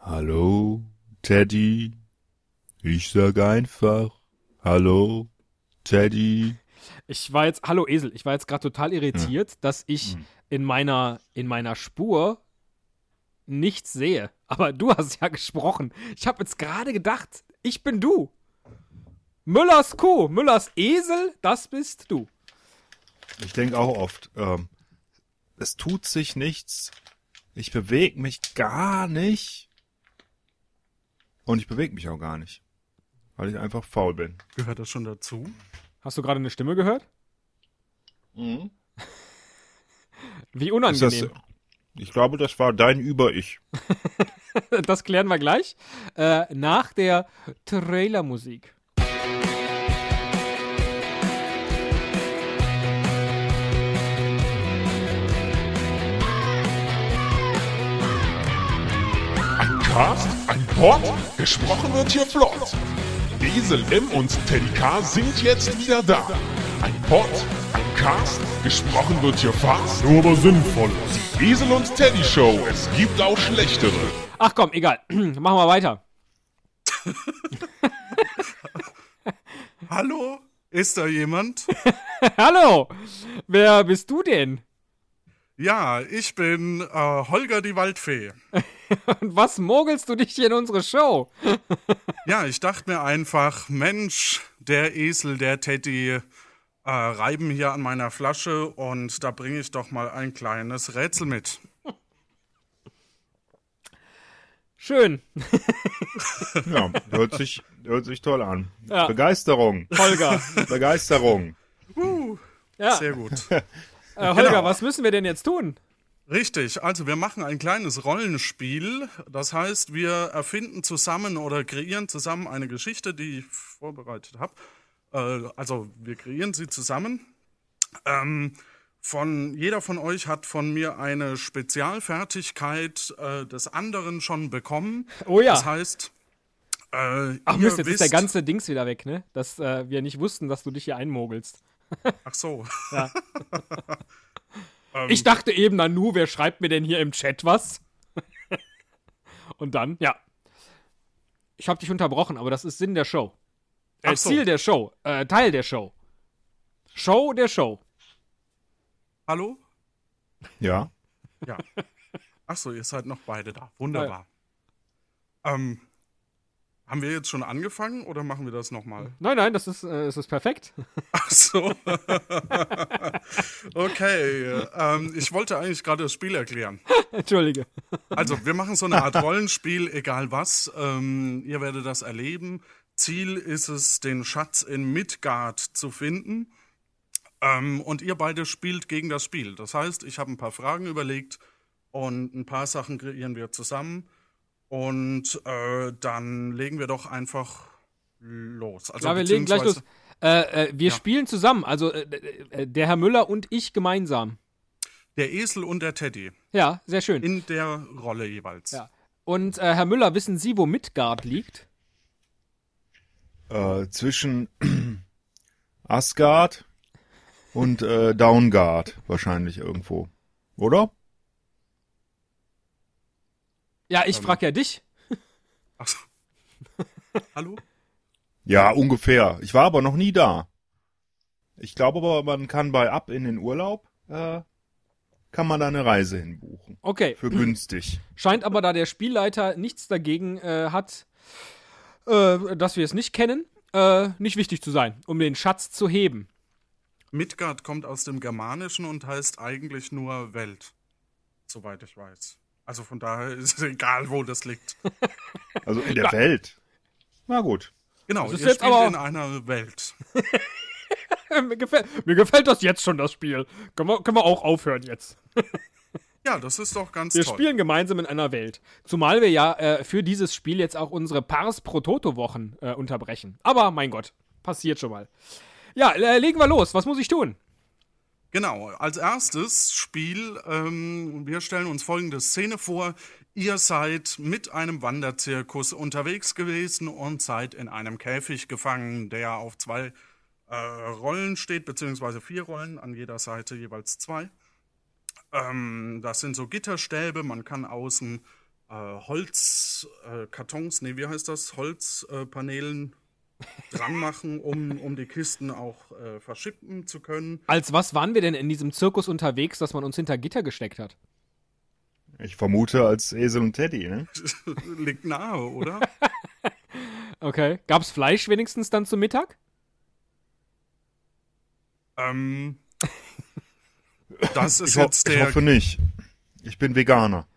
Hallo, Teddy. Ich sag einfach, hallo, Teddy. Ich war jetzt, hallo Esel, ich war jetzt gerade Hm. total irritiert, dass ich in meiner, in meiner Spur nichts sehe. Aber du hast ja gesprochen. Ich habe jetzt gerade gedacht, ich bin du. Müllers Kuh, Müllers Esel, das bist du. Ich denke auch oft, ähm, es tut sich nichts. Ich bewege mich gar nicht. Und ich bewege mich auch gar nicht. Weil ich einfach faul bin. Gehört das schon dazu? Hast du gerade eine Stimme gehört? Wie Ist das, unangenehm. ich glaube, das war dein Über-Ich. Das, klären wir gleich. Äh, nach der Trailermusik. Ein Cast, ein Pod, gesprochen wird hier flott. Esel M und Teddy K sind jetzt wieder da. Ein Pod, ein Cast, gesprochen wird hier fast. Nur aber sinnvoll. Die Esel und Teddy Show, es gibt auch schlechtere. Ach komm, egal. Machen wir weiter. Hallo? Ist da jemand? Hallo! Wer bist du denn? ja, ich bin äh, Holger die Waldfee. Und was mogelst du dich hier in unsere Show? Ja, ich dachte mir einfach, Mensch, der Esel, der Teddy äh, reiben hier an meiner Flasche und da bringe ich doch mal ein kleines Rätsel mit. Schön, Ja, hört sich, hört sich toll an. Ja. Begeisterung, Holger. Begeisterung. Ja, Sehr gut. äh, Holger, genau. was müssen wir denn jetzt tun? Richtig, also wir machen ein kleines Rollenspiel. Das heißt, wir erfinden zusammen oder kreieren zusammen eine Geschichte, die ich vorbereitet habe. Äh, also wir kreieren sie zusammen. Ähm, von jeder von euch hat von mir eine Spezialfertigkeit äh, des anderen schon bekommen. Oh ja. Das heißt, äh, Ach ihr Mist, jetzt ist wisst, der ganze Dings wieder weg, ne? Dass äh, wir nicht wussten, dass du dich hier einmogelst. Ach so. Ähm. Ich dachte eben, Nanu, wer schreibt mir denn hier im Chat was? Und dann, ja. Ich habe dich unterbrochen, aber das ist Sinn der Show. Äh, Ach so. Ziel der Show. Äh, Teil der Show. Show der Show. Hallo? Ja, Ja. Ach so, ihr seid noch beide da. Wunderbar. Ähm, haben wir jetzt schon angefangen oder machen wir das nochmal? Nein, nein, das ist, äh, es ist perfekt. Ach so. okay. Ähm, ich wollte eigentlich gerade das Spiel erklären. Entschuldige. Also, wir machen so eine Art Rollenspiel, egal was. Ähm, ihr werdet das erleben. Ziel ist es, den Schatz in Midgard zu finden. Ähm, und ihr beide spielt gegen das Spiel. Das heißt, ich habe ein paar Fragen überlegt und ein paar Sachen kreieren wir zusammen. Und äh, dann legen wir doch einfach los. Also, ja, wir legen gleich los. beziehungsweise- Äh, äh, wir Ja. spielen zusammen, also äh, äh, der Herr Müller und ich gemeinsam. Der Esel und der Teddy. Ja, sehr schön. In der Rolle jeweils. ja. Und äh, Herr Müller, wissen Sie, wo Midgard liegt? äh, zwischen Asgard und äh, Downgard wahrscheinlich irgendwo. Oder? Ja, Ähm. ich frage ja dich. Ach so. Hallo? Ja, ungefähr. Ich war aber noch nie da. Ich glaube aber, man kann bei Ab in den Urlaub, äh, kann man da eine Reise hinbuchen. Okay. Hm. Für günstig. Scheint aber, da der Spielleiter nichts dagegen äh, hat, äh, dass wir es nicht kennen, äh, nicht wichtig zu sein, um den Schatz zu heben. Midgard kommt aus dem Germanischen und heißt eigentlich nur Welt, soweit ich weiß. Also von daher ist es egal, wo das liegt. Also in der Welt. Na gut. Genau, Das ist ihr jetzt spielt aber- in einer Welt. mir, gefällt, mir gefällt das jetzt schon, das Spiel. Können wir, können wir auch aufhören jetzt. Ja, das ist doch ganz Wir toll. spielen gemeinsam in einer Welt. Zumal wir ja äh, für dieses Spiel jetzt auch unsere Pars pro Toto-Wochen äh, unterbrechen. Aber mein Gott, passiert schon mal. Ja, äh, legen wir los. Was muss ich tun? Genau, als erstes Spiel, ähm, wir stellen uns folgende Szene vor. Ihr seid mit einem Wanderzirkus unterwegs gewesen und seid in einem Käfig gefangen, der auf zwei äh, Rollen steht, beziehungsweise vier Rollen, an jeder Seite jeweils zwei. Ähm, das sind so Gitterstäbe, man kann außen äh, äh, Holzkartons, äh, Kartons, nee, wie heißt das? Holzpanelen dran machen, um, um die Kisten auch äh, verschippen zu können. Als was waren wir denn in diesem Zirkus unterwegs, dass man uns hinter Gitter gesteckt hat? Ich vermute als Esel und Teddy, ne? Liegt nahe, oder? Okay. Gab's Fleisch wenigstens dann zum Mittag? ähm, das ist ich, ho jetzt ich der hoffe nicht. Ich bin Veganer.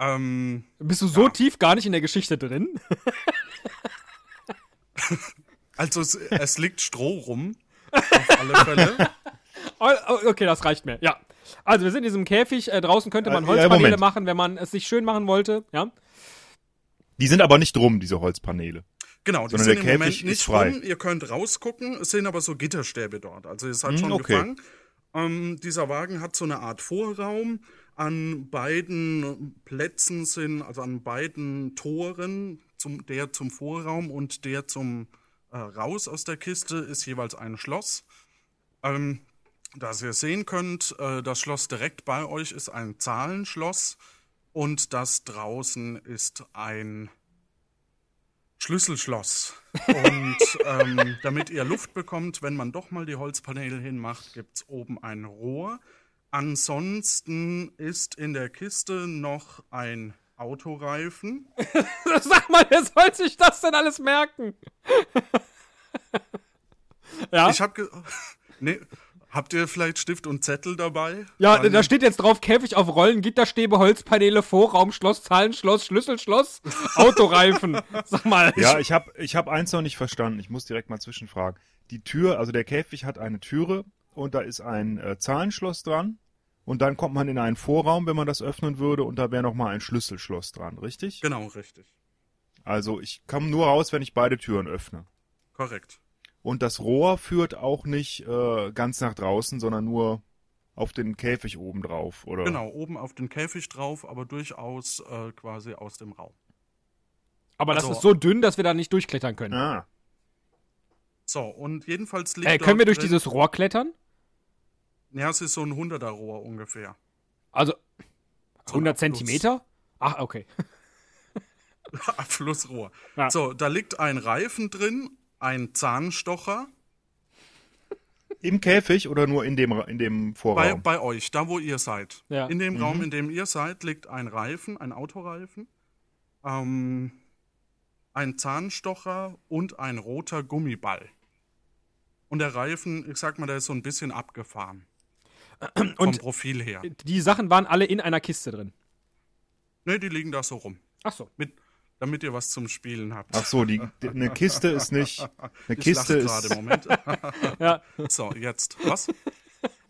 ähm, Bist du so tief gar nicht in der Geschichte drin? Also es, es liegt Stroh rum. Auf alle Fälle. Oh, oh, Okay, das reicht mir. Ja. Also wir sind in diesem Käfig. Äh, draußen könnte man Äh, ja, Holzpaneele Moment. machen, wenn man es sich schön machen wollte. Ja. Die sind aber nicht drum, diese Holzpaneele. Genau, die Sondern der sind im Käfig Moment ist nicht frei. rum. Ihr könnt rausgucken. Es sind aber so Gitterstäbe dort. Also es hat Hm, schon okay. gefangen. Ähm, dieser Wagen hat so eine Art Vorraum. An beiden Plätzen sind, also an beiden Toren, zum, der zum Vorraum und der zum äh, Raus aus der Kiste, ist jeweils ein Schloss. Ähm, dass ihr sehen könnt, äh, das Schloss direkt bei euch ist ein Zahlenschloss und das draußen ist ein Schlüsselschloss. Und ähm, damit ihr Luft bekommt, wenn man doch mal die Holzpaneele hinmacht, gibt es oben ein Rohr. Ansonsten ist in der Kiste noch ein Autoreifen. Sag mal, wer soll sich das denn alles merken? ja, Ich habe. Nee, habt ihr vielleicht Stift und Zettel dabei? ja Dann- da steht jetzt drauf Käfig auf Rollen, Gitterstäbe, Holzpaneele, Vorraum, Schloss, Zahlenschloss, Schlüsselschloss, Autoreifen. Sag mal. Ja, ich hab, ich hab eins noch nicht verstanden. Ich muss direkt mal zwischenfragen. Die Tür, also der Käfig hat eine Türe und da ist ein äh, Zahlenschloss dran. Und dann kommt man in einen Vorraum, wenn man das öffnen würde, und da wäre nochmal ein Schlüsselschloss dran, richtig? Genau, richtig. Also ich komme nur raus, wenn ich beide Türen öffne. Korrekt. Und das Rohr führt auch nicht äh, ganz nach draußen, sondern nur auf den Käfig oben drauf, oder? Genau, oben auf den Käfig drauf, aber durchaus äh, quasi aus dem Raum. Aber das Also- ist so dünn, dass wir da nicht durchklettern können. Ah, So, und jedenfalls liegt Äh, können wir dort durch drin- dieses Rohr klettern? Ja, es ist so ein 100er-Rohr ungefähr. Also So ein 100 Abfluss- Zentimeter? Ach, okay. Abflussrohr. Ja. So, da liegt ein Reifen drin, ein Zahnstocher. Im Käfig oder nur in dem, Ra- in dem Bei, Vorraum? bei euch, da wo ihr seid. Ja. Mhm. In dem Raum, in dem ihr seid, liegt ein Reifen, ein Autoreifen, ähm, ein Zahnstocher und ein roter Gummiball. Und der Reifen, ich sag mal, der ist so ein bisschen abgefahren. vom Und- Profil her. Die Sachen waren alle in einer Kiste drin. Ne, die liegen da so rum. Ach so. Mit, damit ihr was zum Spielen habt. Ach so, die, die, eine Kiste ist nicht. Eine ich Kiste lache gerade, ist. Moment. Ja. So, jetzt. Was?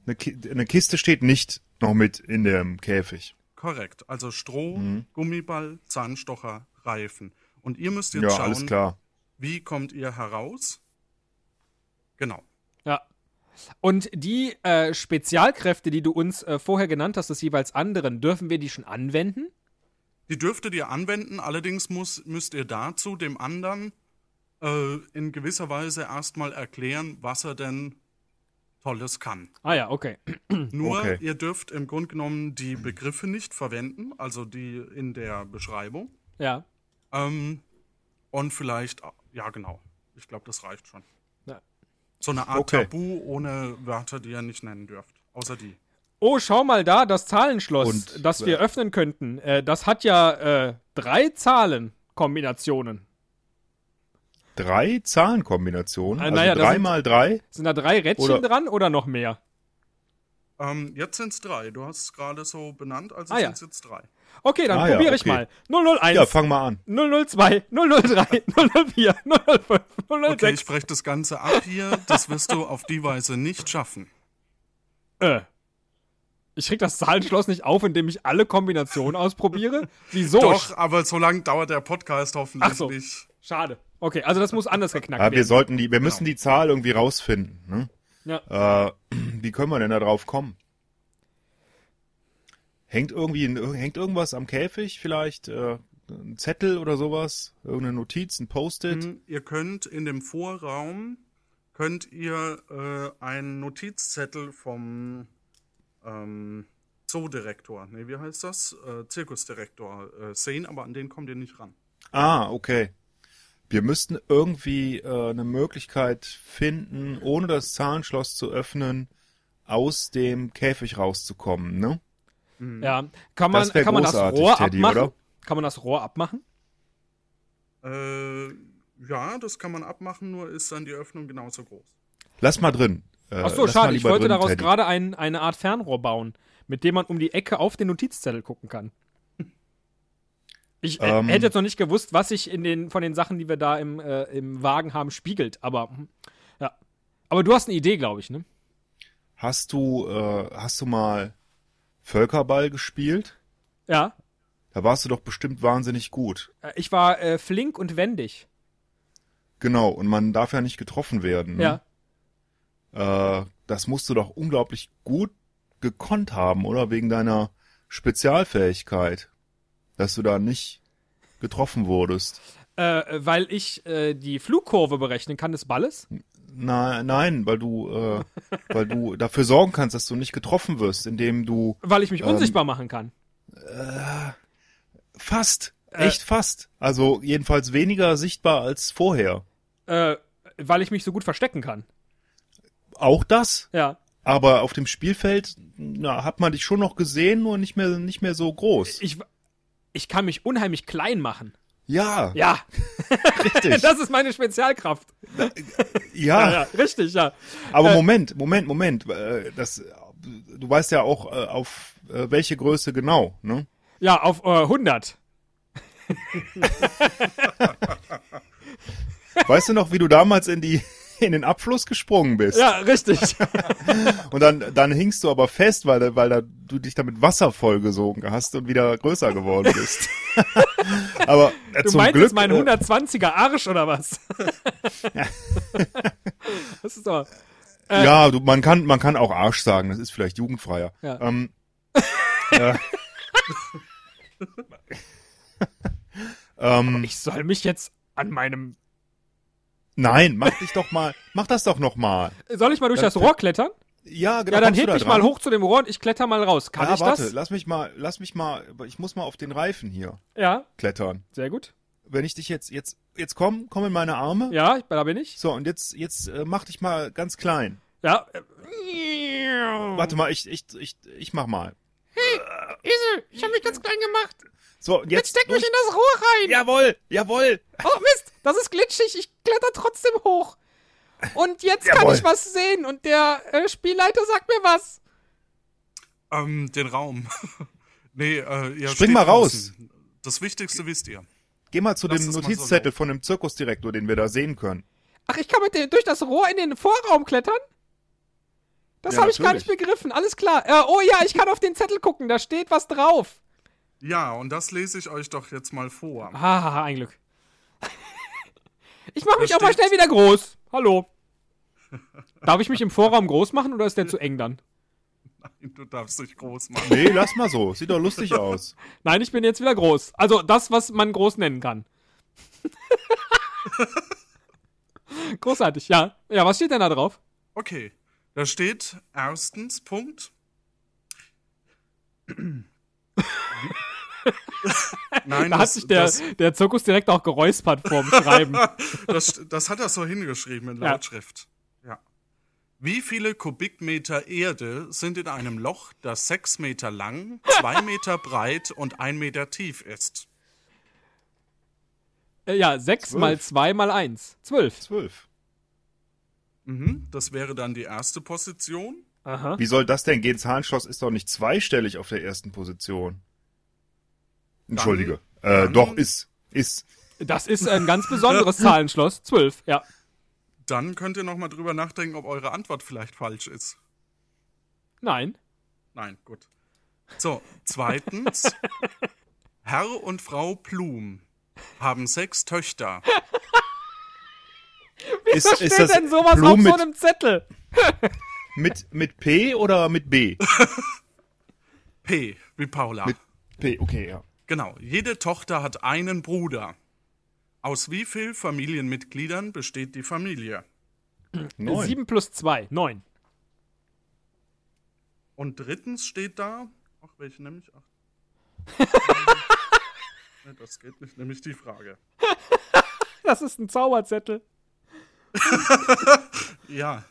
Eine, Ki eine Kiste steht nicht noch mit in dem Käfig. Korrekt. Also Stroh, Mhm. Gummiball, Zahnstocher, Reifen. Und ihr müsst jetzt ja, schauen, alles klar. wie kommt ihr heraus? Genau. Ja. Und die äh, Spezialkräfte, die du uns äh, vorher genannt hast, des jeweils anderen, dürfen wir die schon anwenden? Die dürftet ihr anwenden, allerdings muss, müsst ihr dazu dem anderen äh, in gewisser Weise erstmal erklären, was er denn Tolles kann. Ah ja, okay. Nur, Okay. ihr dürft im Grunde genommen die Begriffe nicht verwenden, also die in der Beschreibung. Ja. Ähm, und vielleicht, ja genau, ich glaube, das reicht schon. Ja. So eine Art Okay. Tabu ohne Wörter, die ihr nicht nennen dürft, außer die. Oh, schau mal da, das Zahlenschloss, Und- das wir öffnen könnten. Äh, das hat ja äh, drei Zahlenkombinationen. Drei Zahlenkombinationen. Ah, Also naja, das drei sind- mal drei. Sind da drei Rädchen Oder- dran oder noch mehr? Ähm, jetzt sind es drei, du hast es gerade so benannt, also Ah, ja. sind es jetzt drei. Okay, dann Ah ja, probiere ich okay. mal. 001, Ja, fang mal an. 002, 003, 004, 005, 006. Okay, ich breche das Ganze ab hier, das wirst du auf die Weise nicht schaffen. Äh. Ich krieg das Zahlenschloss nicht auf, indem ich alle Kombinationen ausprobiere? Wieso? Doch, aber so lange dauert der Podcast hoffentlich Ach so. nicht. Schade. Okay, also das muss anders geknackt Ja, wir werden. sollten die, wir müssen die Zahl irgendwie rausfinden. Ne? Ja. Äh, wie können wir denn da drauf kommen? Hängt irgendwie, ein- hängt irgendwas am Käfig vielleicht? Äh, ein Zettel oder sowas? Irgendeine Notiz, ein Post-it? Mhm, Ihr könnt in dem Vorraum könnt ihr äh, einen Notizzettel vom ähm, Zoodirektor, nee, wie heißt das? Äh, Zirkusdirektor äh, sehen, aber an den kommt ihr nicht ran. Ah, okay. Wir müssten irgendwie äh, eine Möglichkeit finden, ohne das Zahlenschloss zu öffnen, aus dem Käfig rauszukommen, ne? Ja, kann man Das wär kann man das großartig, Rohr Teddy, abmachen? oder? Kann man das Rohr abmachen? Äh, ja, das kann man abmachen, nur ist dann die Öffnung genauso groß. Lass mal drin. Äh, Ach so, lass mal schade. Ich lieber wollte drin, daraus Teddy. gerade ein, eine Art Fernrohr bauen, mit dem man um die Ecke auf den Notizzettel gucken kann. Ich äh, Ähm. hätte jetzt noch nicht gewusst, was sich in den, von den Sachen, die wir da im, äh, im Wagen haben, spiegelt. Aber hm, ja. Aber du hast eine Idee, glaube ich, ne? Hast du, äh, hast du mal Völkerball gespielt? Ja. Da warst du doch bestimmt wahnsinnig gut. Äh, Ich war äh, flink und wendig. Genau, und man darf ja nicht getroffen werden. Ne? Ja. Äh, das musst du doch unglaublich gut gekonnt haben, oder? Wegen deiner Spezialfähigkeit. Dass du da nicht getroffen wurdest. Äh, äh, weil ich äh, die Flugkurve berechnen kann des Balles. Hm. Na, nein, weil du, äh, weil du dafür sorgen kannst, dass du nicht getroffen wirst, indem du Weil ich mich Ähm. unsichtbar machen kann. fast, Äh. echt fast, also jedenfalls weniger sichtbar als vorher. Äh, weil ich mich so gut verstecken kann. Auch das, Ja. aber auf dem Spielfeld na, hat man dich schon noch gesehen, nur nicht mehr, nicht mehr so groß. Ich, ich kann mich unheimlich klein machen. ja, Ja, richtig. Ah. das ist meine Spezialkraft. ja, Ja, richtig, ja. aber äh. Moment, Moment, Moment. Äh, das, äh, du weißt ja auch äh, auf äh, welche Größe genau, ne? Ja, auf äh, 100. Weißt du noch, wie du damals in die in den Abfluss gesprungen bist? Ja, richtig. Und dann, dann hingst du aber fest, weil, da- weil da, du dich damit Wasser vollgesogen hast und wieder größer geworden bist. aber äh, Du zum meinst Glück. jetzt meinen äh, 120er Arsch oder was? das ist doch. äh. Ja, du, man, kann, man kann auch Arsch sagen, das ist vielleicht jugendfreier. Ja. Ähm, äh, ähm, Ich soll mich jetzt an meinem. nein, mach dich doch mal, mach das doch noch mal. Soll ich mal durch das Rohr klettern? Ja, genau. Ja, dann kommst du heb da ich dran. mal hoch zu dem Rohr und ich kletter mal raus. Kann ja, ich warte, das? lass mich mal, lass mich mal, ich muss mal auf den Reifen hier Ja, klettern. sehr gut. Wenn ich dich jetzt, jetzt, jetzt komm, komm in meine Arme. Ja, ich- da bin ich. So, und jetzt, jetzt äh, mach dich mal ganz klein. Ja. Mhm. Warte mal, ich, ich, ich, ich mach mal. Esel, ich habe mich ganz klein gemacht. So, und jetzt. durch- das Rohr rein. Jawohl, jawohl. Oh Mist, das ist glitschig. Ich kletter trotzdem hoch. Und jetzt kann Jawohl. ich was sehen und der äh, Spielleiter sagt mir was. Ähm, den Raum. nee, äh, ihr Spring steht mal draußen. Das Wichtigste wisst ihr. Geh mal zu Lass dem das mal so Notizzettel laufen. von dem Zirkusdirektor, den wir da sehen können. Ach, ich kann mit dem, durch das Rohr in den Vorraum klettern? Das Ja, habe ich gar nicht natürlich. begriffen. Alles klar. Äh, oh ja, ich kann auf den Zettel gucken. Da steht was drauf. Ja, und das lese ich euch doch jetzt mal vor. Ah, ein Glück. Ich mache mich Da auch mal steht- schnell wieder groß. Hallo. Darf ich mich im Vorraum groß machen oder ist der zu eng dann? Du darfst dich groß machen. Nee, lass mal so. Sieht doch lustig aus. Nein, ich bin jetzt wieder groß. Also das, was man groß nennen kann. Großartig, ja. Ja, was steht denn da drauf? Okay, da steht erstens Punkt. Nein, Da hat das, sich der, das, der Zirkus direkt auch geräuspert vorm Schreiben. das, das hat er so hingeschrieben in Ja. Lautschrift. Ja. Wie viele Kubikmeter Erde sind in einem Loch, das sechs Meter lang, zwei Meter breit und ein Meter tief ist? Äh, ja, 6 Zwölf. mal 2 mal 1. 12. Zwölf. Mhm, das wäre dann die erste Position. Aha. Wie soll das denn gehen? Zahnschloss ist doch nicht zweistellig auf der ersten Position. Entschuldige. äh, dann- doch, ist. Ist. Das ist ein ganz besonderes Zahlenschloss. 12, ja. Dann könnt ihr nochmal drüber nachdenken, ob eure Antwort vielleicht falsch ist. Nein. Nein, gut. So, zweitens. Herr und Frau Blum haben sechs Töchter. Ist, Was steht denn sowas Blum auf mit, so einem Zettel? mit, mit P oder mit B? P, wie Paula. Mit P, okay, ja. genau, jede Tochter hat einen Bruder. Aus wie vielen Familienmitgliedern besteht die Familie? Neun. 7 plus 2, 9. Und drittens steht da, Ach, welche nehme ich? Ach. nee, das geht nicht, nämlich die Frage. Das ist ein Zauberzettel. Ja.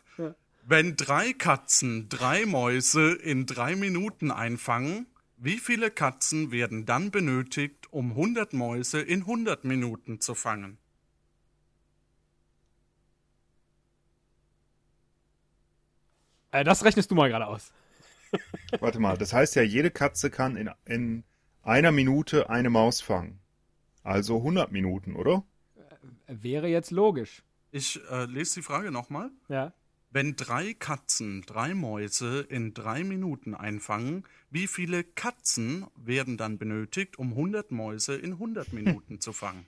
Wenn drei Katzen drei Mäuse in drei Minuten einfangen, wie viele Katzen werden dann benötigt, um 100 Mäuse in 100 Minuten zu fangen? Äh, das rechnest du mal gerade aus. Warte mal, das heißt ja, jede Katze kann in, in einer Minute eine Maus fangen. Also 100 Minuten, oder? Wäre jetzt logisch. Ich äh, lese die Frage nochmal. Ja. Wenn drei Katzen drei Mäuse in drei Minuten einfangen, wie viele Katzen werden dann benötigt, um 100 Mäuse in 100 Minuten zu fangen?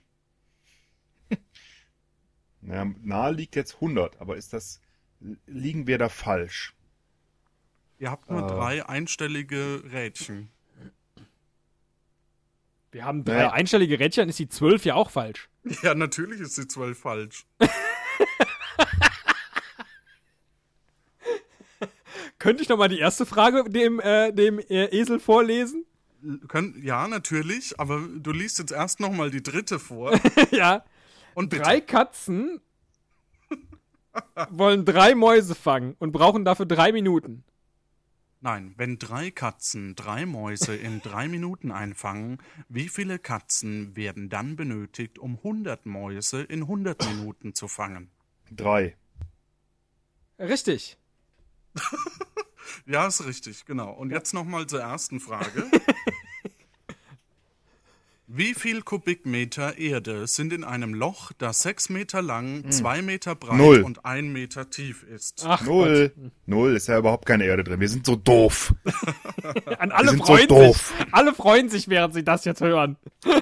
Naja, nahe liegt jetzt 100, aber ist das, liegen wir da falsch? Ihr habt nur drei einstellige Rädchen. Wir haben drei Ja. einstellige Rädchen, ist die 12 ja auch falsch. Ja, natürlich ist die 12 falsch. Könnte ich nochmal die erste Frage dem, äh, dem äh, Esel vorlesen? Könnt, ja, natürlich, aber du liest jetzt erst nochmal die dritte vor. ja. Und bitte. Drei Katzen wollen drei Mäuse fangen und brauchen dafür drei Minuten. Nein, wenn drei Katzen drei Mäuse in drei Minuten einfangen, wie viele Katzen werden dann benötigt, um 100 Mäuse in 100 Minuten zu fangen? Drei. Richtig. Ja, ist richtig, genau. Und jetzt nochmal zur ersten Frage. Wie viel Kubikmeter Erde sind in einem Loch, das sechs Meter lang, zwei Meter breit Null. und ein Meter tief ist? Hm. Ach, Null. Null, ist ja überhaupt keine Erde drin. Wir sind so doof. Gott. An alle sind so freuen doof. sich. Alle freuen sich, während sie das jetzt hören.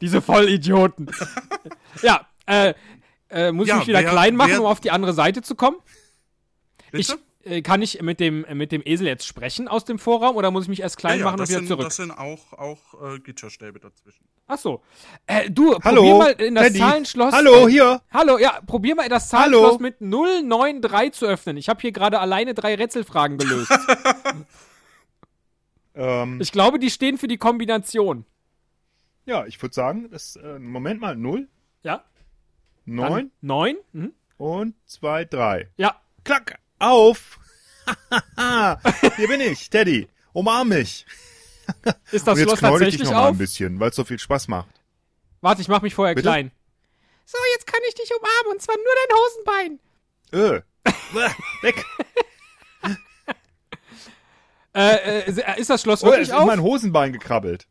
Diese Vollidioten. ja, äh, äh, muss Ja, ich mich wieder wer- klein machen, wer- um auf die andere Seite zu kommen? Ich, Bitte? äh, kann ich mit dem, mit dem Esel jetzt sprechen aus dem Vorraum oder muss ich mich erst klein machen und das, wieder sind, zurück? das sind auch, auch äh, Gitterstäbe dazwischen. Ach so. Äh, du, probier Hallo. mal in das Teddy. Zahlenschloss. Hallo, äh, hier. Hallo, ja, probier mal das Hallo. Zahlenschloss mit 093 zu öffnen. Ich habe hier gerade alleine drei Rätselfragen gelöst. Ähm, ich glaube, die stehen für die Kombination. ja, ich würde sagen, das, äh, Moment mal, null, Ja? Dann neun Neun? Mhm. und zwei, drei. Ja. Klack, auf. Hier bin ich, Teddy. Umarm mich. Ist das und jetzt Schloss knoll ich dich tatsächlich noch mal ein auf? bisschen, weil es so viel Spaß macht. Warte, ich mach mich vorher Bitte? klein. So, jetzt kann ich dich umarmen und zwar nur dein Hosenbein. Öh. Weg. Äh, äh, ist das Schloss Oh, es wirklich ist auf? mein Hosenbein gekrabbelt.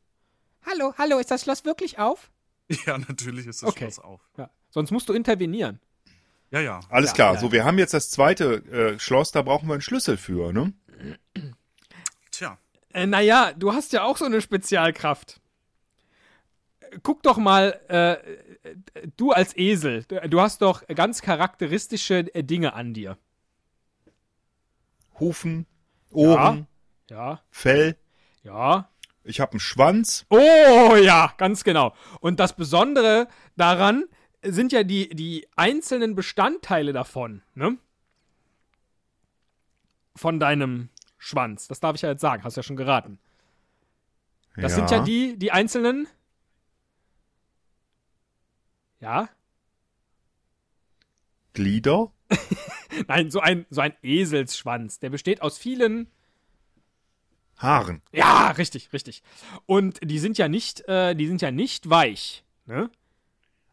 Hallo, hallo, ist das Schloss wirklich auf? Ja, natürlich ist das Okay. Schloss auf. Ja. Sonst musst du intervenieren. Ja, ja. Alles Ja, klar, ja. so wir haben jetzt das zweite äh, Schloss, da brauchen wir einen Schlüssel für, ne? Tja. Äh, naja, du hast ja auch so eine Spezialkraft. Äh, Guck doch mal, äh, äh, du als Esel, du du hast doch ganz charakteristische äh, Dinge an dir. Hufen, Ohren, Ja, Fell, ja. ich habe einen Schwanz. Oh ja, ganz genau. Und das Besondere daran sind ja die, die einzelnen Bestandteile davon, ne? Von deinem Schwanz. Das darf ich ja jetzt sagen, hast ja schon geraten. Das sind ja die, die einzelnen. Ja? Glieder. Nein, so ein, so ein Eselsschwanz. Der besteht aus vielen. Haaren. Ja, richtig, richtig. Und die sind ja nicht, äh, die sind ja nicht weich. Ne?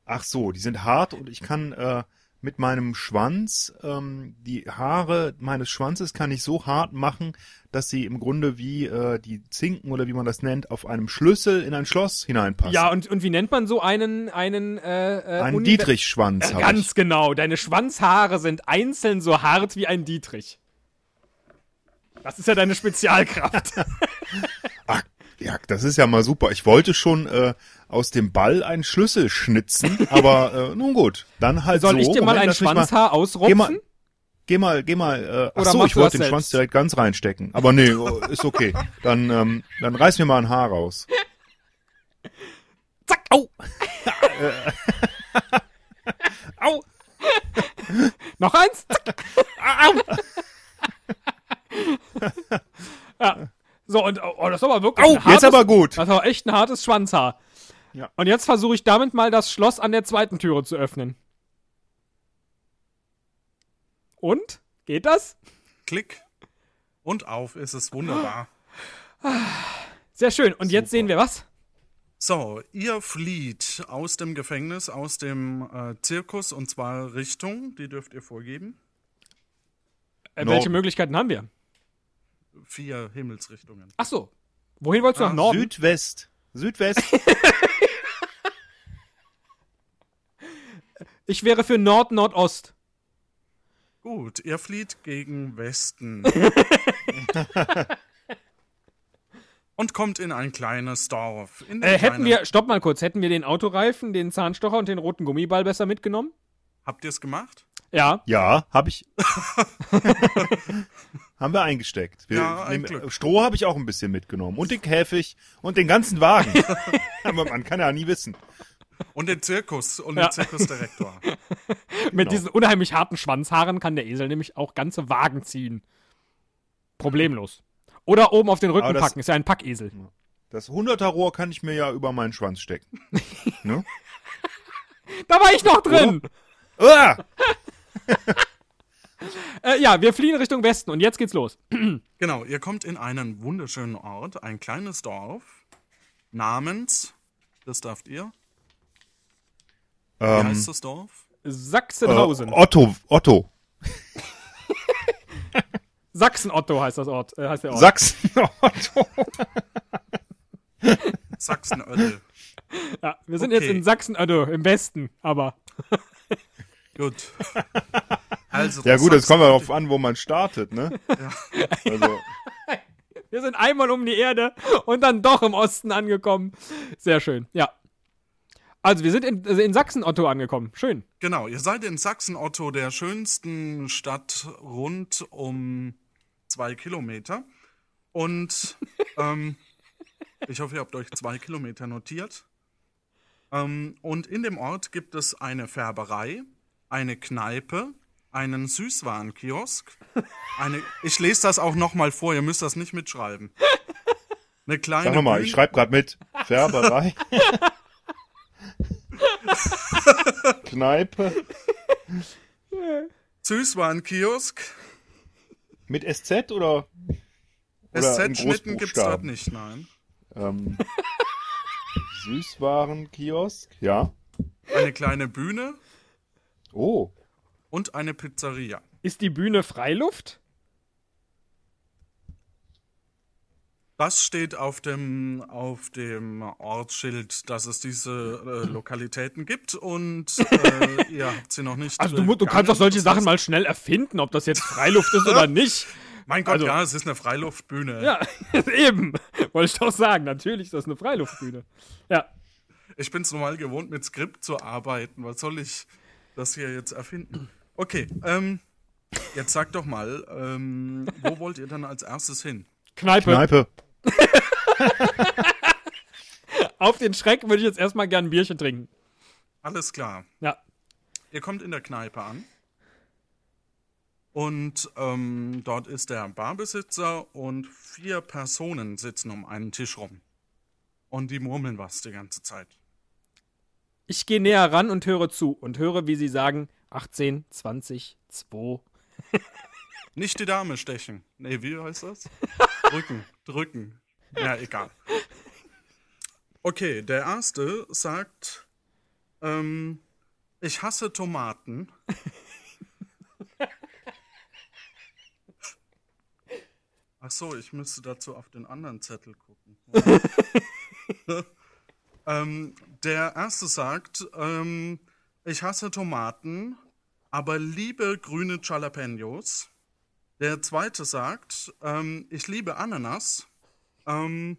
Ach so, die sind hart und ich kann äh, mit meinem Schwanz ähm, die Haare meines Schwanzes kann ich so hart machen, dass sie im Grunde wie äh, die Zinken oder wie man das nennt auf einem Schlüssel in ein Schloss hineinpassen. Ja, und, und wie nennt man so einen, einen, äh, äh, Ein Univer- Dietrichschwanz hab Ganz genau. Deine Schwanzhaare sind einzeln so hart wie ein Dietrich. Das ist ja deine Spezialkraft. ich. Ja, das ist ja mal super. Ich wollte schon äh, aus dem Ball einen Schlüssel schnitzen, aber äh, nun gut, dann halt Soll so. ich dir mal Moment, ein lass mich mal- Schwanzhaar Geh mal, ausrupfen? geh mal, geh mal. Äh, ach Oder so, machst ich du wollte das den Schwanz selbst? direkt ganz reinstecken. Aber nee, oh, ist okay. Dann, ähm, dann reiß mir mal ein Haar raus. Zack, au! Au! Noch eins? Zack. ja. So, und oh, das Äh, ist aber wirklich. Au, ein jetzt aber gut. Das war echt ein hartes Schwanzhaar. Ja. Und jetzt versuche ich damit mal das Schloss an der zweiten Türe zu öffnen. Und? Geht das? Klick. Und auf, es ist wunderbar. Sehr schön. Und jetzt sehen wir was? So, ihr flieht aus dem Gefängnis, aus dem äh, Zirkus und zwar Richtung, die dürft ihr vorgeben. Äh, Norden. welche Möglichkeiten haben wir? Vier Himmelsrichtungen. Ach so. Wohin Ah, wolltest du nach Norden? Südwest. Südwest. Ich wäre für Nord, Nordost. Gut, ihr flieht gegen Westen. und kommt in ein kleines Dorf. In dem Äh, hätten kleinen- wir, stopp mal kurz, hätten wir den Autoreifen, den Zahnstocher und den roten Gummiball besser mitgenommen? Habt ihr es gemacht? Ja. Ja, habe ich. haben wir eingesteckt. Wir äh, Ja, ein Glück. Stroh habe ich auch ein bisschen mitgenommen. Und den Käfig und den ganzen Wagen. Aber man kann ja nie wissen. Und den Zirkus und Ja. den Zirkusdirektor. Mit diesen unheimlich harten Schwanzhaaren kann der Esel nämlich auch ganze Wagen ziehen. Problemlos. Oder oben auf den Rücken Aber das- packen, ist ja ein Packesel. Das 100er Rohr kann ich mir ja über meinen Schwanz stecken. ne? Da war ich noch drin! ah! Äh, ja, wir fliehen Richtung Westen und jetzt geht's los. genau, ihr kommt in einen wunderschönen Ort, ein kleines Dorf namens, das darft ihr. Wie Ähm. heißt das Dorf? äh, Sachsenhausen. Otto, Otto. Sachsen-Otto heißt das Ort, äh, heißt der Ort. Sachsen, Otto. Sachsenödel. ja, wir sind jetzt okay. in Sachsen-Otto, im Westen, aber. Gut. Also, Ja gut, das jetzt kommt ja darauf an, wo man startet, ne? Also, Wir sind einmal um die Erde und dann doch im Osten angekommen. Sehr schön, ja. Also, wir sind in, also in Sachsen-Otto angekommen. Schön. Genau, ihr seid in Sachsen-Otto, der schönsten Stadt rund um zwei Kilometer. Und ähm, ich hoffe, ihr habt euch zwei Kilometer notiert. Ähm, und in dem Ort gibt es eine Färberei, eine Kneipe, einen Süßwarenkiosk. Eine, ich lese das auch nochmal vor, ihr müsst das nicht mitschreiben. Eine kleine sag nochmal, Bühne- ich schreibe gerade mit. Färberei. Kneipe. Süßwarenkiosk. Mit SZ oder? Oder in SZ-Schnitten gibt's dort Großbuchstaben. nicht, nein. Ähm, Süßwarenkiosk, ja. Eine kleine Bühne, Oh, und eine Pizzeria. Ist die Bühne Freiluft? Das steht auf dem, auf dem Ortsschild, dass es diese äh, Lokalitäten gibt und äh, ihr habt sie noch nicht. Also du, äh, mu- du kannst gegangen. doch solche Das Sachen heißt- mal schnell erfinden, ob das jetzt Freiluft ist oder nicht. Mein Gott, also- ja, es ist eine Freiluftbühne. Ja, eben. Wollte ich doch sagen. Natürlich ist das eine Freiluftbühne. Ja. Ich bin es normal gewohnt, mit Skript zu arbeiten. Was soll ich das hier jetzt erfinden? Okay, ähm, jetzt sag doch mal, ähm, wo wollt ihr dann als erstes hin? Kneipe. Kneipe. Auf den Schreck würde ich jetzt erstmal gern ein Bierchen trinken. Alles klar. Ja. Ihr kommt in der Kneipe an. Und ähm, dort ist der Barbesitzer und vier Personen sitzen um einen Tisch rum. Und die murmeln was die ganze Zeit. Ich gehe näher ran und höre zu und höre, wie sie sagen, 18, 20, 2. Nicht die Dame stechen. Nee, wie heißt das? drücken, drücken. Ja, egal. Okay, der erste sagt, ähm, ich hasse Tomaten. Ach so, ich müsste dazu auf den anderen Zettel gucken. ähm, der erste sagt, ähm, ich hasse Tomaten, aber liebe grüne Jalapenos. Der zweite sagt, ähm, ich liebe Ananas, ähm,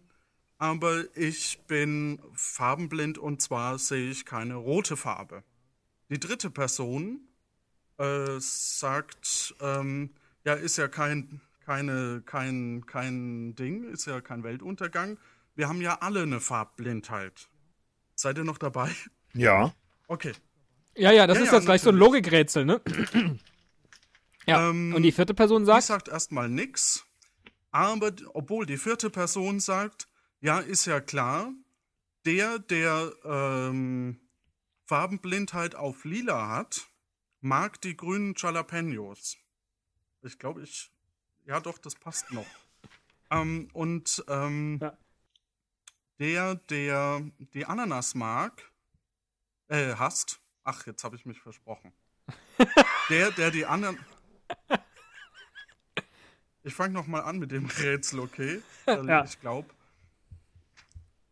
aber ich bin farbenblind und zwar sehe ich keine rote Farbe. Die dritte Person äh, sagt, ähm, ja, ist ja kein, keine, kein, kein Ding, ist ja kein Weltuntergang. Wir haben ja alle eine Farbblindheit. Seid ihr noch dabei? Ja. Okay. Ja, ja, das Ja, ist ja, jetzt gleich so ein Logikrätsel, ne? ja. Ähm, und die vierte Person Die sagt, sagt erstmal nix, Aber obwohl die vierte Person sagt, ja, ist ja klar, der, der ähm, Farbenblindheit auf lila hat, mag die grünen Jalapenos. Ich glaube, ich. Ja, doch, das passt noch. Ähm, und ähm, Ja. der, der die Ananas mag, äh, hasst. Ach, jetzt habe ich mich versprochen. der, der die anderen. Ich fange nochmal an mit dem Rätsel, okay? Weil Ja. Ich glaube.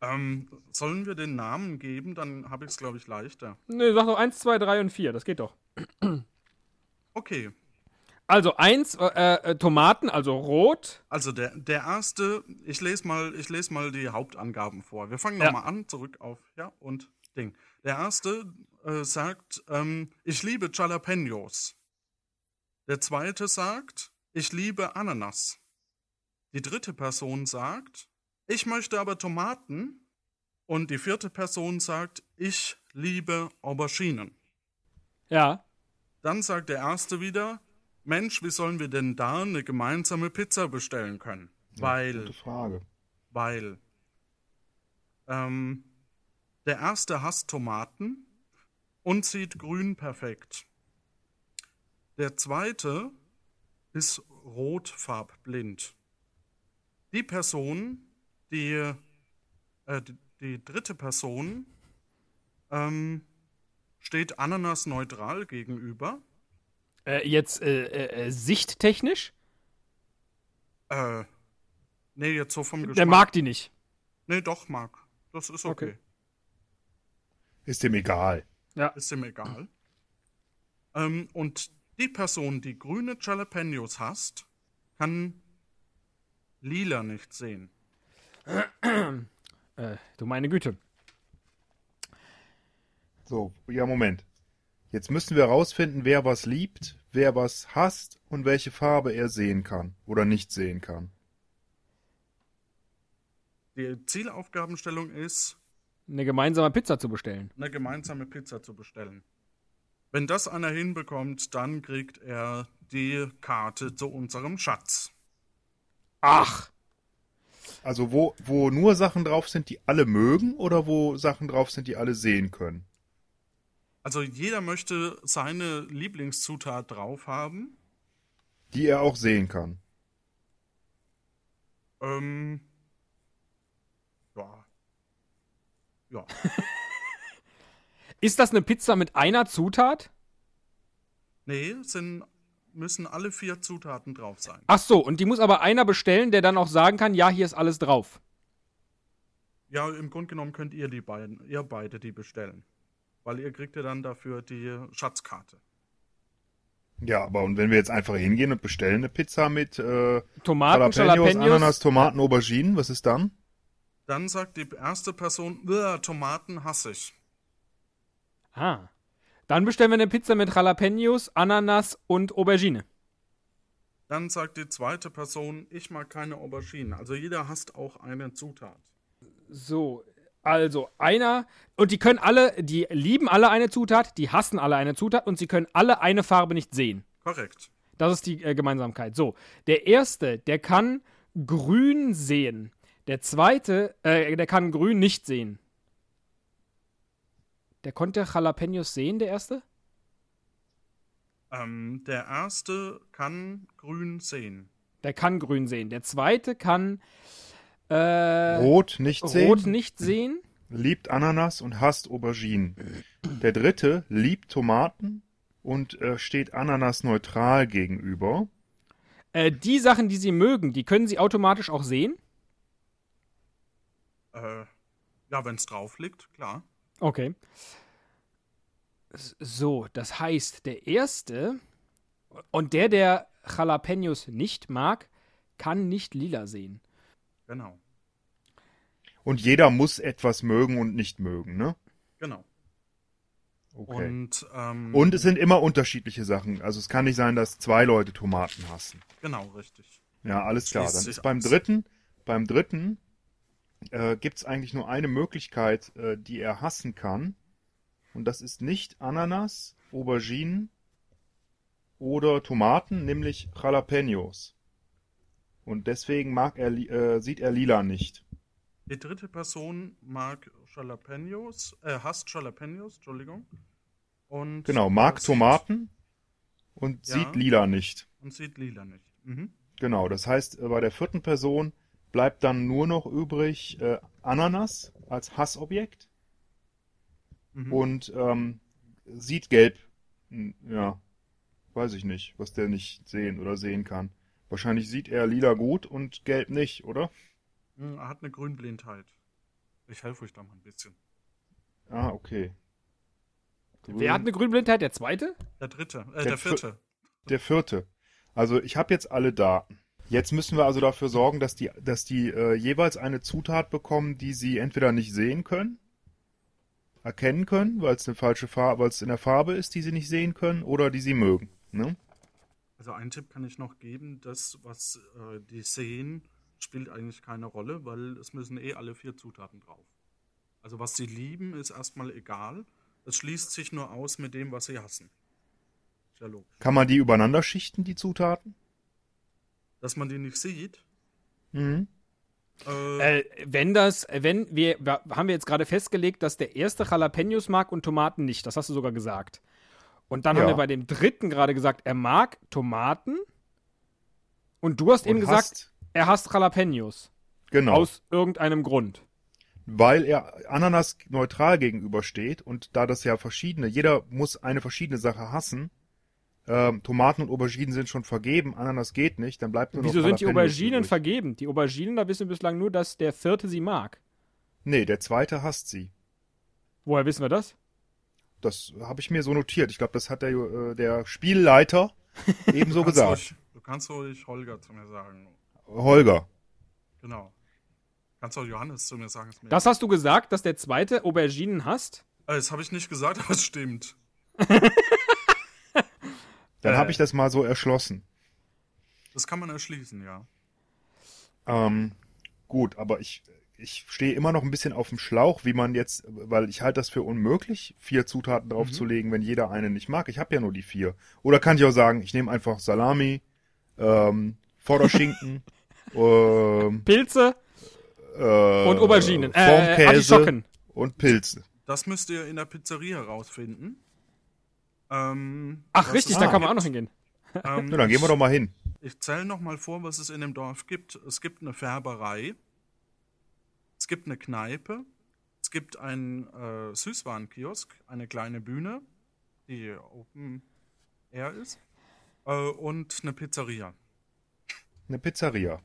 Ähm, sollen wir den Namen geben? Dann habe ich es, glaube ich, leichter. Nö, sag doch 1, 2, 3 und 4, das geht doch. Okay. Also 1, äh, äh, Tomaten, also rot. Also der, der erste, ich lese mal, ich lese mal die Hauptangaben vor. Wir fangen Ja. nochmal an, zurück auf, ja, und Ding. Der erste äh, sagt, ähm, ich liebe Jalapenos. Der zweite sagt, ich liebe Ananas. Die dritte Person sagt, ich möchte aber Tomaten. Und die vierte Person sagt, ich liebe Auberginen. Ja. Dann sagt der erste wieder, Mensch, wie sollen wir denn da eine gemeinsame Pizza bestellen können? Weil Gute Frage. weil ähm, der erste hasst Tomaten und sieht grün perfekt. Der zweite ist rotfarbblind. Die Person, die, äh, die, die dritte Person, ähm, steht Ananas neutral gegenüber. Äh, jetzt äh, äh, äh, sichttechnisch? Äh, nee, jetzt so vom Geschmack. Der mag die nicht. Nee, doch, mag. Das ist okay. Okay. Ist dem egal. ist ihm egal. Ähm, und die Person, die grüne Jalapenos hasst, kann lila nicht sehen. Äh, du meine Güte. So, ja, Moment. Jetzt müssen wir herausfinden, wer was liebt, wer was hasst und welche Farbe er sehen kann oder nicht sehen kann. Die Zielaufgabenstellung ist, Eine gemeinsame Pizza zu bestellen. eine gemeinsame Pizza zu bestellen. Wenn das einer hinbekommt, dann kriegt er die Karte zu unserem Schatz. Ach! Also wo, wo nur Sachen drauf sind, die alle mögen oder wo Sachen drauf sind, die alle sehen können. Also jeder möchte seine Lieblingszutat drauf haben. Die er auch sehen kann. Ähm, ja. Ja. Ist das eine Pizza mit einer Zutat? Nee, sind, müssen alle vier Zutaten drauf sein. Ach so, und die muss aber einer bestellen, der dann auch sagen kann, ja, hier ist alles drauf. Ja, im Grunde genommen könnt ihr die beiden, ihr beide die bestellen. Weil ihr kriegt ja dann dafür die Schatzkarte. Ja, aber und wenn wir jetzt einfach hingehen und bestellen eine Pizza mit äh, Tomaten, Jalapenos, Ananas, Tomaten, Auberginen, was ist dann? Dann sagt die erste Person, "Uah, Tomaten hasse ich. Ah. Dann bestellen wir eine Pizza mit Jalapenos, Ananas und Aubergine. Dann sagt die zweite Person, ich mag keine Auberginen. Also jeder hasst auch eine Zutat. So, also einer. Und die können alle, die lieben alle eine Zutat, die hassen alle eine Zutat und sie können alle eine Farbe nicht sehen. Korrekt. Das ist die äh, Gemeinsamkeit. So, der erste, der kann grün sehen. Der zweite, äh, der kann grün nicht sehen. Der konnte Jalapenos sehen, der erste? Ähm, der erste kann grün sehen. Der kann grün sehen. Der zweite kann äh, rot, Rot nicht sehen, nicht sehen. liebt Ananas und hasst Auberginen. Der dritte liebt Tomaten und äh, steht Ananas neutral gegenüber. Äh, die Sachen, die sie mögen, die können sie automatisch auch sehen. Äh, ja, wenn es drauf liegt, klar. Okay. S- So, das heißt, der erste und der, der Jalapenos nicht mag, kann nicht lila sehen. Genau. Und jeder muss etwas mögen und nicht mögen, ne? Genau. Okay. Und, Und, ähm, es sind immer unterschiedliche Sachen. Also es kann nicht sein, dass zwei Leute Tomaten hassen. genau, richtig. Ja, alles klar. Schließt Dann sich ist beim aus. dritten, beim dritten äh, gibt's eigentlich nur eine Möglichkeit, äh, die er hassen kann. Und das ist nicht Ananas, Auberginen oder Tomaten, nämlich Jalapenos. Und deswegen mag er, li- äh, sieht er Lila nicht. Die dritte Person mag Jalapenos, äh, hasst Jalapenos, Entschuldigung. Und Genau, mag äh, sieht- Tomaten und Ja. sieht Lila nicht. Und sieht lila nicht. Mhm. Genau, das heißt, äh, bei der vierten Person bleibt dann nur noch übrig äh, Ananas als Hassobjekt Mhm. und ähm, sieht gelb. Hm, Ja, weiß ich nicht, was der nicht sehen oder sehen kann. Wahrscheinlich sieht er lila gut und gelb nicht, oder? Mhm, Er hat eine Grünblindheit. Ich helfe euch da mal ein bisschen. Ah, okay. Wer hat eine Grünblindheit? Der zweite? Der dritte, äh, der, Der vierte. Der vierte. Also ich habe jetzt alle Daten. Jetzt müssen wir also dafür sorgen, dass die, dass die äh, jeweils eine Zutat bekommen, die sie entweder nicht sehen können, erkennen können, weil es eine falsche Farbe, weil es in der Farbe ist, die sie nicht sehen können, oder die sie mögen. Ne? Also einen Tipp kann ich noch geben, das, was äh, die sehen, spielt eigentlich keine Rolle, weil es müssen eh alle vier Zutaten drauf. Also was sie lieben, ist erstmal egal. Es schließt sich nur aus mit dem, was sie hassen. Ist Ja, logisch. Kann man die übereinander schichten, die Zutaten? Dass man die nicht sieht, Mhm. äh, Äh, wenn das, wenn wir, wir- haben wir jetzt gerade festgelegt, dass der erste Jalapenos mag und Tomaten nicht. Das hast du sogar gesagt. Und dann Ja. haben wir bei dem dritten gerade gesagt, er mag Tomaten. Und du hast eben Und gesagt, hasst- er hasst Jalapenos. genau, Aus irgendeinem Grund. weil er Ananas neutral gegenübersteht und da das ja verschiedene, jeder muss eine verschiedene Sache hassen. Ähm, Tomaten und Auberginen sind schon vergeben, Ananas geht nicht, dann bleibt nur Wieso noch sind die Jalapenos Auberginen übrig. vergeben? Die Auberginen, da wissen wir bislang nur, dass der vierte sie mag. Nee, der zweite hasst sie. Woher wissen wir das? Das habe ich mir so notiert. Ich glaube, das hat der, äh, der Spielleiter ebenso kannst gesagt. Ruhig, du kannst ruhig Holger zu mir sagen. Holger. Genau. Kannst auch Johannes zu mir sagen. Ist mir Das hast du gesagt, dass der zweite Auberginen hasst? äh, das habe ich nicht gesagt, aber es stimmt. Dann Äh. habe ich das mal so erschlossen. Das kann man erschließen, ja. Ähm, gut, aber ich, ich stehe immer noch ein bisschen auf dem Schlauch, wie man jetzt, weil ich halte das für unmöglich, vier Zutaten draufzulegen, wenn jeder eine nicht mag. Ich habe ja nur die vier. Oder kann ich auch sagen, ich nehme einfach Salami, ähm, Vorderschinken, ähm, Pilze äh, und Auberginen. Äh, Formkäse Artischocken. und Pilze. Das müsst ihr in der Pizzeria rausfinden. Ähm, Ach, das richtig, ist- da Ah. kann man auch noch hingehen. Ähm, Na, dann gehen wir doch mal hin. Ich zähle nochmal vor, was es in dem Dorf gibt. Es gibt eine Färberei, es gibt eine Kneipe, es gibt einen äh, Süßwarenkiosk, eine kleine Bühne, die Open Air ist, äh, und eine Pizzeria. Eine Pizzeria.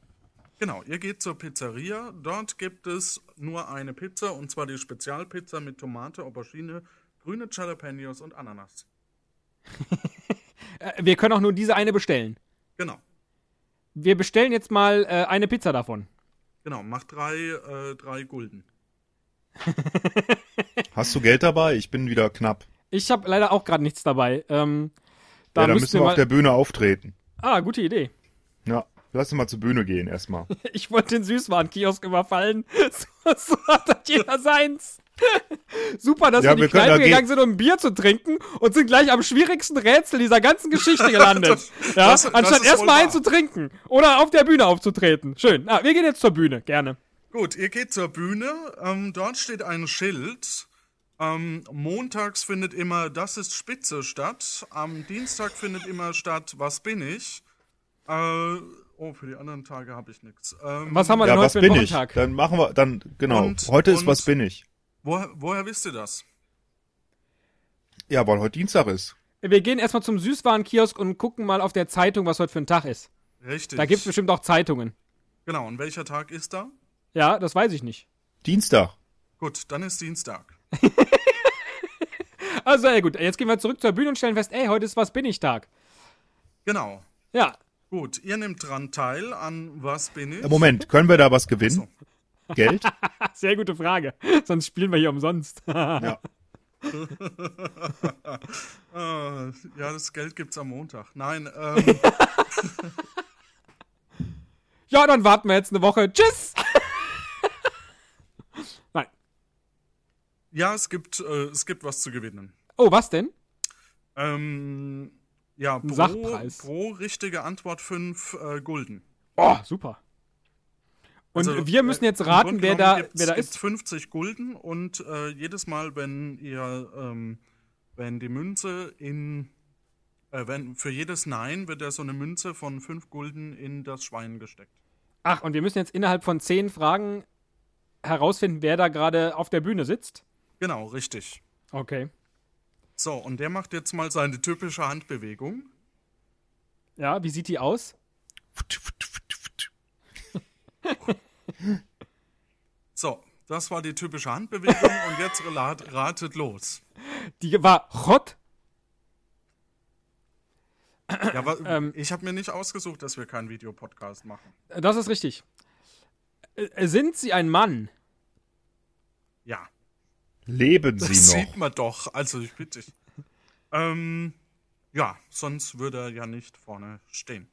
Genau, ihr geht zur Pizzeria. Dort gibt es nur eine Pizza, und zwar die Spezialpizza mit Tomate, Aubergine, grüne Jalapenos und Ananas. Äh, wir können auch nur diese eine bestellen. Genau, Wir bestellen jetzt mal äh, eine Pizza davon. genau. Macht drei, äh, drei Gulden. Hast du Geld dabei? Ich bin wieder knapp. Ich habe leider auch gerade nichts dabei. Ähm, Da da ja, dann müssen müssen wir mal. auf der Bühne auftreten. ah, gute Idee. Ja, lass uns mal zur Bühne gehen erstmal. Ich wollte den Süßwarenkiosk überfallen. So, so hat das jeder seins. Super, dass Ja, wir in wir die können Kneipe da gehen. gegangen sind, um ein Bier zu trinken und sind gleich am schwierigsten Rätsel dieser ganzen Geschichte gelandet. Das- ja? das- das Anstatt ist wohl erstmal einen wahr. zu trinken oder auf der Bühne aufzutreten. Schön. Ah, wir gehen jetzt zur Bühne, gerne. Gut, ihr geht zur Bühne. Ähm, dort steht ein Schild. Ähm, montags findet immer Das ist Spitze statt. Am Dienstag findet immer statt Was bin ich? Äh, oh, für die anderen Tage habe ich nichts. Ähm, Was haben wir denn Ja, heute was für einen bin ich? Wochentag? Dann machen wir, dann, genau. Und- heute ist und- was bin ich. woher, woher wisst ihr das? Ja, weil heute Dienstag ist. Wir gehen erstmal zum Süßwarenkiosk und gucken mal auf der Zeitung, was heute für ein Tag ist. Richtig. Da gibt es bestimmt auch Zeitungen. Genau, und welcher Tag ist da? Ja, das weiß ich nicht. Dienstag. Gut, dann ist Dienstag. Also, ja gut, jetzt gehen wir zurück zur Bühne und stellen fest, ey, heute ist was bin ich Tag. Genau. Ja, Gut, ihr nehmt dran teil an Was bin ich? Äh, Moment, können wir da was gewinnen? Geld? sehr gute Frage. Sonst spielen wir hier umsonst. Ja. Äh, ja, das Geld gibt's am Montag. Nein, ähm, ja, dann warten wir jetzt eine Woche. Tschüss! Nein. ja, es gibt, äh, es gibt was zu gewinnen. Oh, was denn? Ähm, ja, pro, Sachpreis. pro richtige Antwort 5 äh, Gulden. Oh, super. Und Also, wir müssen jetzt im raten, Grunde wer genommen da, gibt's- wer da gibt's ist. 50 Gulden und äh, jedes Mal, wenn ihr, ähm, wenn die Münze in, äh, wenn für jedes Nein wird ja so eine Münze von 5 Gulden in das Schwein gesteckt. Ach, und wir müssen jetzt innerhalb von zehn Fragen herausfinden, wer da gerade auf der Bühne sitzt. Genau, richtig. Okay. So, und der macht jetzt mal seine typische Handbewegung. Ja, wie sieht die aus? So, das war die typische Handbewegung und jetzt relat- ratet los. Die war hot. Ja, wa- Ähm. ich habe mir nicht ausgesucht, dass wir keinen Videopodcast machen. Das ist richtig. Äh, Sind sie ein Mann? Ja. Leben Das sie noch? sieht man doch. Also ich bitte dich. ähm, ja, sonst würde er ja nicht vorne stehen.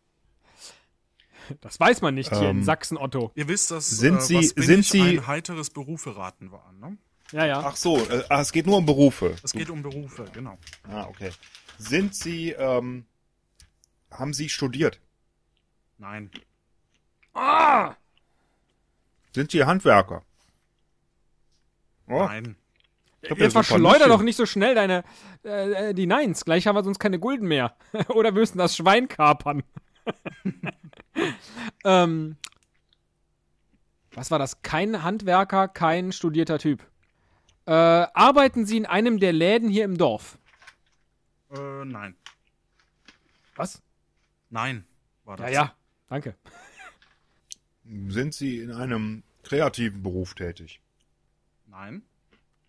Das weiß man nicht hier in Ähm. Sachsen, Otto. Ihr wisst, dass Sind Sie- was bin sind ich Sie- ein heiteres Berufe raten war. Ne? Ja, ja. Ach so, äh, ah, es geht nur um Berufe. Es geht um Berufe, genau. Ah, okay. Sind sie, ähm, haben sie studiert? Nein, Sind sie Handwerker? Oh, nein. ich hab ja Jetzt so ein verschleuder Vernünftigen. doch nicht so schnell deine äh, äh, die Neins. Gleich haben wir sonst keine Gulden mehr. Oder wir müssen das Schwein kapern. ähm, was war das? Kein Handwerker, kein studierter Typ. Äh, arbeiten Sie in einem der Läden hier im Dorf? Äh, nein. Was? Nein. War Ja, ja. Danke. Sind sie in einem kreativen Beruf tätig? Nein.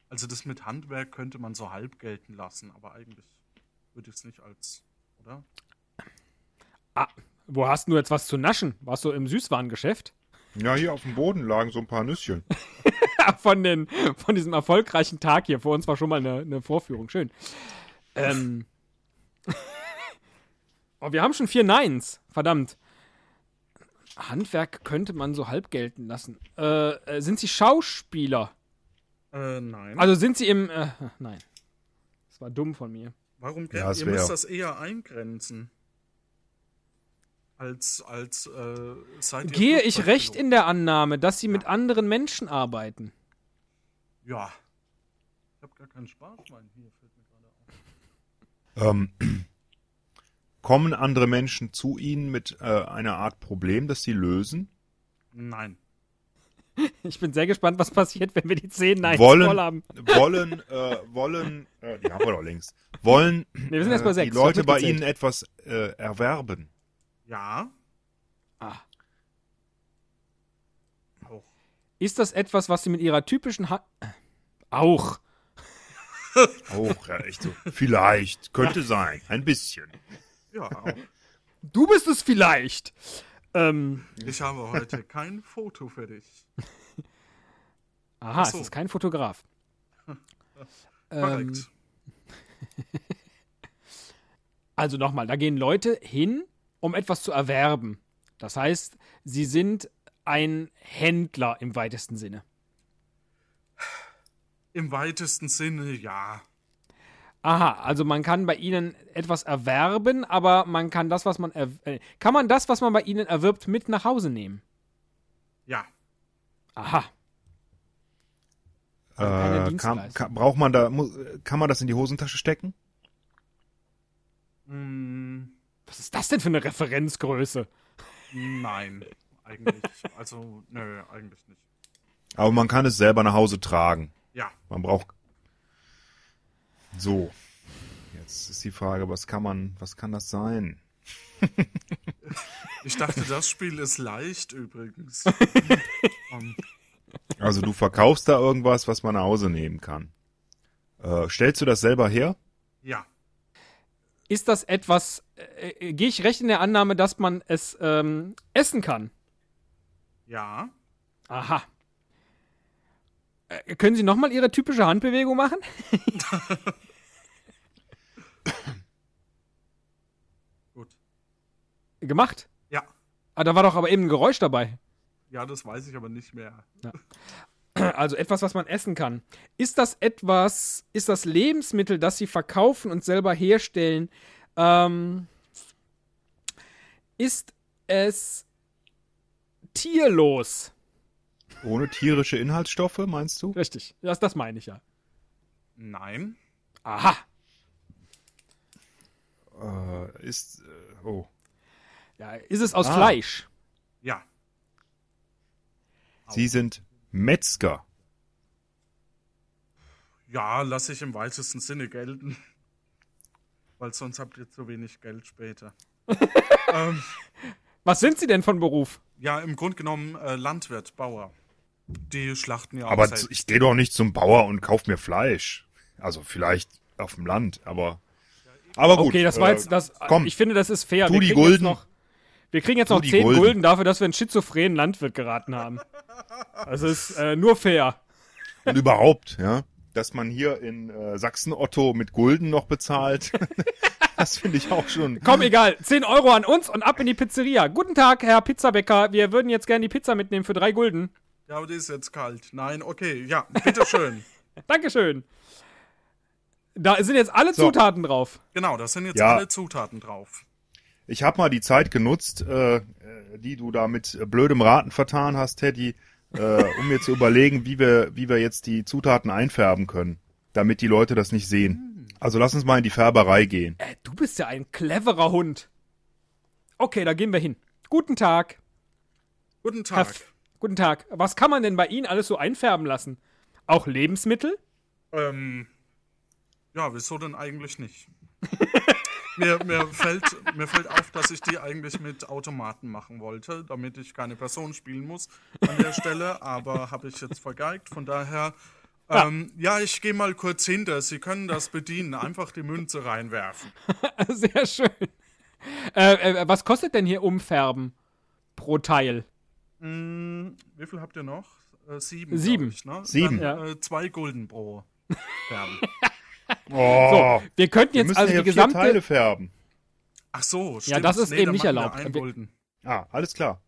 Also das mit Handwerk könnte man so halb gelten lassen, aber eigentlich würde ich es nicht als, oder? Wo hast du jetzt was zu naschen? Warst du im Süßwarengeschäft? Ja, hier auf dem Boden lagen so ein paar Nüsschen. von, den, von diesem erfolgreichen Tag hier. Vor uns war schon mal eine, eine Vorführung. Schön. Ähm. oh, wir haben schon vier Neins. Verdammt. Handwerk könnte man so halb gelten lassen. Äh, äh, sind sie Schauspieler? Äh, nein. Also sind sie im. Äh, nein. Das war dumm von mir. Warum Ja, grenzt es ihr wär- müsst das eher eingrenzen? Als, als, äh, seid ihr Gehe ich recht Flugzeugpilot? in der Annahme, dass sie mit anderen Menschen arbeiten? Ja. Ich hab gar keinen Sparschwein hier, fällt mir gerade auf. Ähm, kommen andere Menschen zu ihnen mit äh, einer Art Problem, das sie lösen? Nein. Ich bin sehr gespannt, was passiert, wenn wir die zehn Neins voll haben. wollen, wollen, äh, wollen, äh, die haben wir doch längst. Wollen wir sind jetzt bei äh, die sechs, Leute wird bei gezählt. ihnen etwas äh, erwerben? Ja. Ah. Auch. Ist das etwas, was sie mit ihrer typischen ha auch Auch, ja, echt so. Vielleicht, könnte sein, ein bisschen. Ja, auch. Du bist es vielleicht. Ähm, Ich habe heute kein Foto für dich. aha, so. es ist kein Fotograf. Korrekt. Ähm, also nochmal, da gehen Leute hin, um etwas zu erwerben. Das heißt, sie sind ein Händler im weitesten Sinne. Im weitesten Sinne, ja. Aha, also man kann bei ihnen etwas erwerben, aber man kann das, was man er äh, kann man das, was man bei ihnen erwirbt, mit nach Hause nehmen. Ja. Aha. Also keine Äh, kann, Dienstleistung. kann, braucht man da, mu- kann man das in die Hosentasche stecken? Hm, Was ist das denn für eine Referenzgröße? nein. Eigentlich. Also, nö, eigentlich nicht. Aber man kann es selber nach Hause tragen. Ja. Man braucht. So. Jetzt ist die Frage, was kann man, was kann das sein? Ich dachte, das Spiel ist leicht übrigens. Ähm, Also du verkaufst da irgendwas, was man nach Hause nehmen kann. Äh, stellst du das selber her? ja, Ist das etwas, äh, äh, gehe ich recht in der Annahme, dass man es ähm, essen kann? ja, Aha. Äh, können Sie nochmal Ihre typische Handbewegung machen? gut. Gemacht. Ja, Ah, da war doch aber eben ein Geräusch dabei. ja, das weiß ich aber nicht mehr. Also etwas, was man essen kann. Ist das etwas, ist das Lebensmittel, das Sie verkaufen und selber herstellen, ähm, ist es tierlos. Ohne tierische Inhaltsstoffe, meinst du? Richtig, das, das meine ich ja. Nein. Aha, Äh, ist. Äh, oh. ja, ist es aus Ah. Fleisch? Ja. Sie sind Metzger. Ja, lasse ich im weitesten Sinne gelten. Weil sonst habt ihr zu wenig Geld später. ähm, Was sind sie denn von Beruf? ja, im Grunde genommen äh, Landwirt, Bauer. Die schlachten ja Aber auch zu, selbst. ich gehe doch nicht zum Bauer und kauf mir Fleisch. Also vielleicht auf dem Land, aber. Aber gut. okay, das war äh, jetzt das. komm. ich finde, das ist fair. tu die kriegen jetzt Gulden. Noch, wir kriegen jetzt Tu noch die 10 Gulden. Gulden. dafür, dass wir einen schizophrenen Landwirt geraten haben. Das ist äh, nur fair. Und überhaupt, ja. Dass man hier in äh, Sachsen Otto mit Gulden noch bezahlt. das finde ich auch schon. Komm, egal. 10 Euro an uns und ab in die Pizzeria. Guten Tag, Herr Pizzabäcker. Wir würden jetzt gerne die Pizza mitnehmen für drei Gulden. Ja, aber die ist jetzt kalt. Nein, okay, ja, bitteschön. Dankeschön. Da sind jetzt alle So. Zutaten drauf. genau, da sind jetzt Ja. alle Zutaten drauf. Ich habe mal die Zeit genutzt, äh, äh, die du da mit äh, blödem Raten vertan hast, Teddy, äh, um mir zu überlegen, wie wir, wie wir jetzt die Zutaten einfärben können, damit die Leute das nicht sehen. Also lass uns mal in die Färberei gehen. Äh, du bist ja ein cleverer Hund. Okay, da gehen wir hin. Guten Tag. Guten Herr Tag. F- Guten Tag. Was kann man denn bei Ihnen alles so einfärben lassen? Auch Lebensmittel? Ähm, ja, wieso denn eigentlich nicht? mir, mir, fällt, mir fällt auf, dass ich die eigentlich mit Automaten machen wollte, damit ich keine Person spielen muss an der Stelle, aber habe ich jetzt vergeigt. Von daher, Ah. ähm, ja, ich gehe mal kurz hinter. Sie können das bedienen. Einfach die Münze reinwerfen. Sehr schön. Äh, äh, was kostet denn hier Umfärben pro Teil? Hm, wie viel habt ihr noch? Äh, sieben. glaub Sieben. Ich, ne? Sieben. Dann, Ja. äh, zwei Gulden pro. Färben. So, Oh, wir könnten wir jetzt müssen also hier die vier gesamte. Teile färben. Ach so, stimmt. das ist eben dann nicht machen wir erlaubt. einen Wir- Gulden. Ah, alles klar.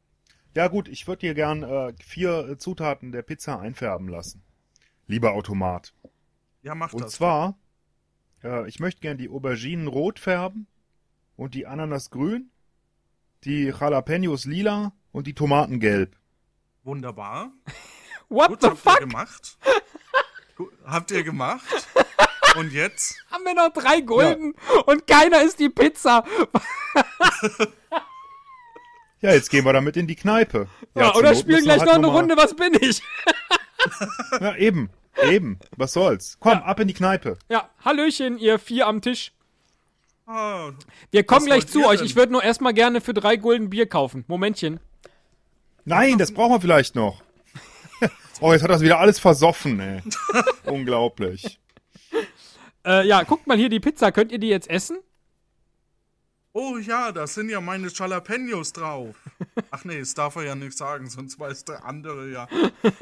Ja gut, ich würde dir gern äh, vier äh, Zutaten der Pizza einfärben lassen. Lieber Automat. Ja, mach Und das. zwar, äh, ich möchte gern die Auberginen rot färben und die Ananas grün, die Jalapenos lila und die Tomaten gelb. Wunderbar. What Gut, the habt ihr fuck? gemacht? Gut, habt ihr gemacht? Und jetzt? Haben wir noch drei Gulden und keiner ist die Pizza. Ja, jetzt gehen wir damit in die Kneipe. Ja, zur oder Not spielen müssen wir gleich halt noch eine nur mal- Runde, was bin ich? Ja, eben, eben. Was soll's? Komm, ab in die Kneipe. Ja, Hallöchen, ihr vier am Tisch. Ah, Wir kommen Was gleich wollt zu ihr euch. denn? Ich würde nur erstmal gerne für drei Gulden Bier kaufen. Momentchen. Nein, das brauchen wir vielleicht noch. Oh, jetzt hat das wieder alles versoffen, ey. Unglaublich. Äh, ja, guckt mal hier die Pizza. Könnt ihr die jetzt essen? oh ja, da sind ja meine Jalapenos drauf. Ach nee, das darf er ja nicht sagen, sonst weiß der andere ja.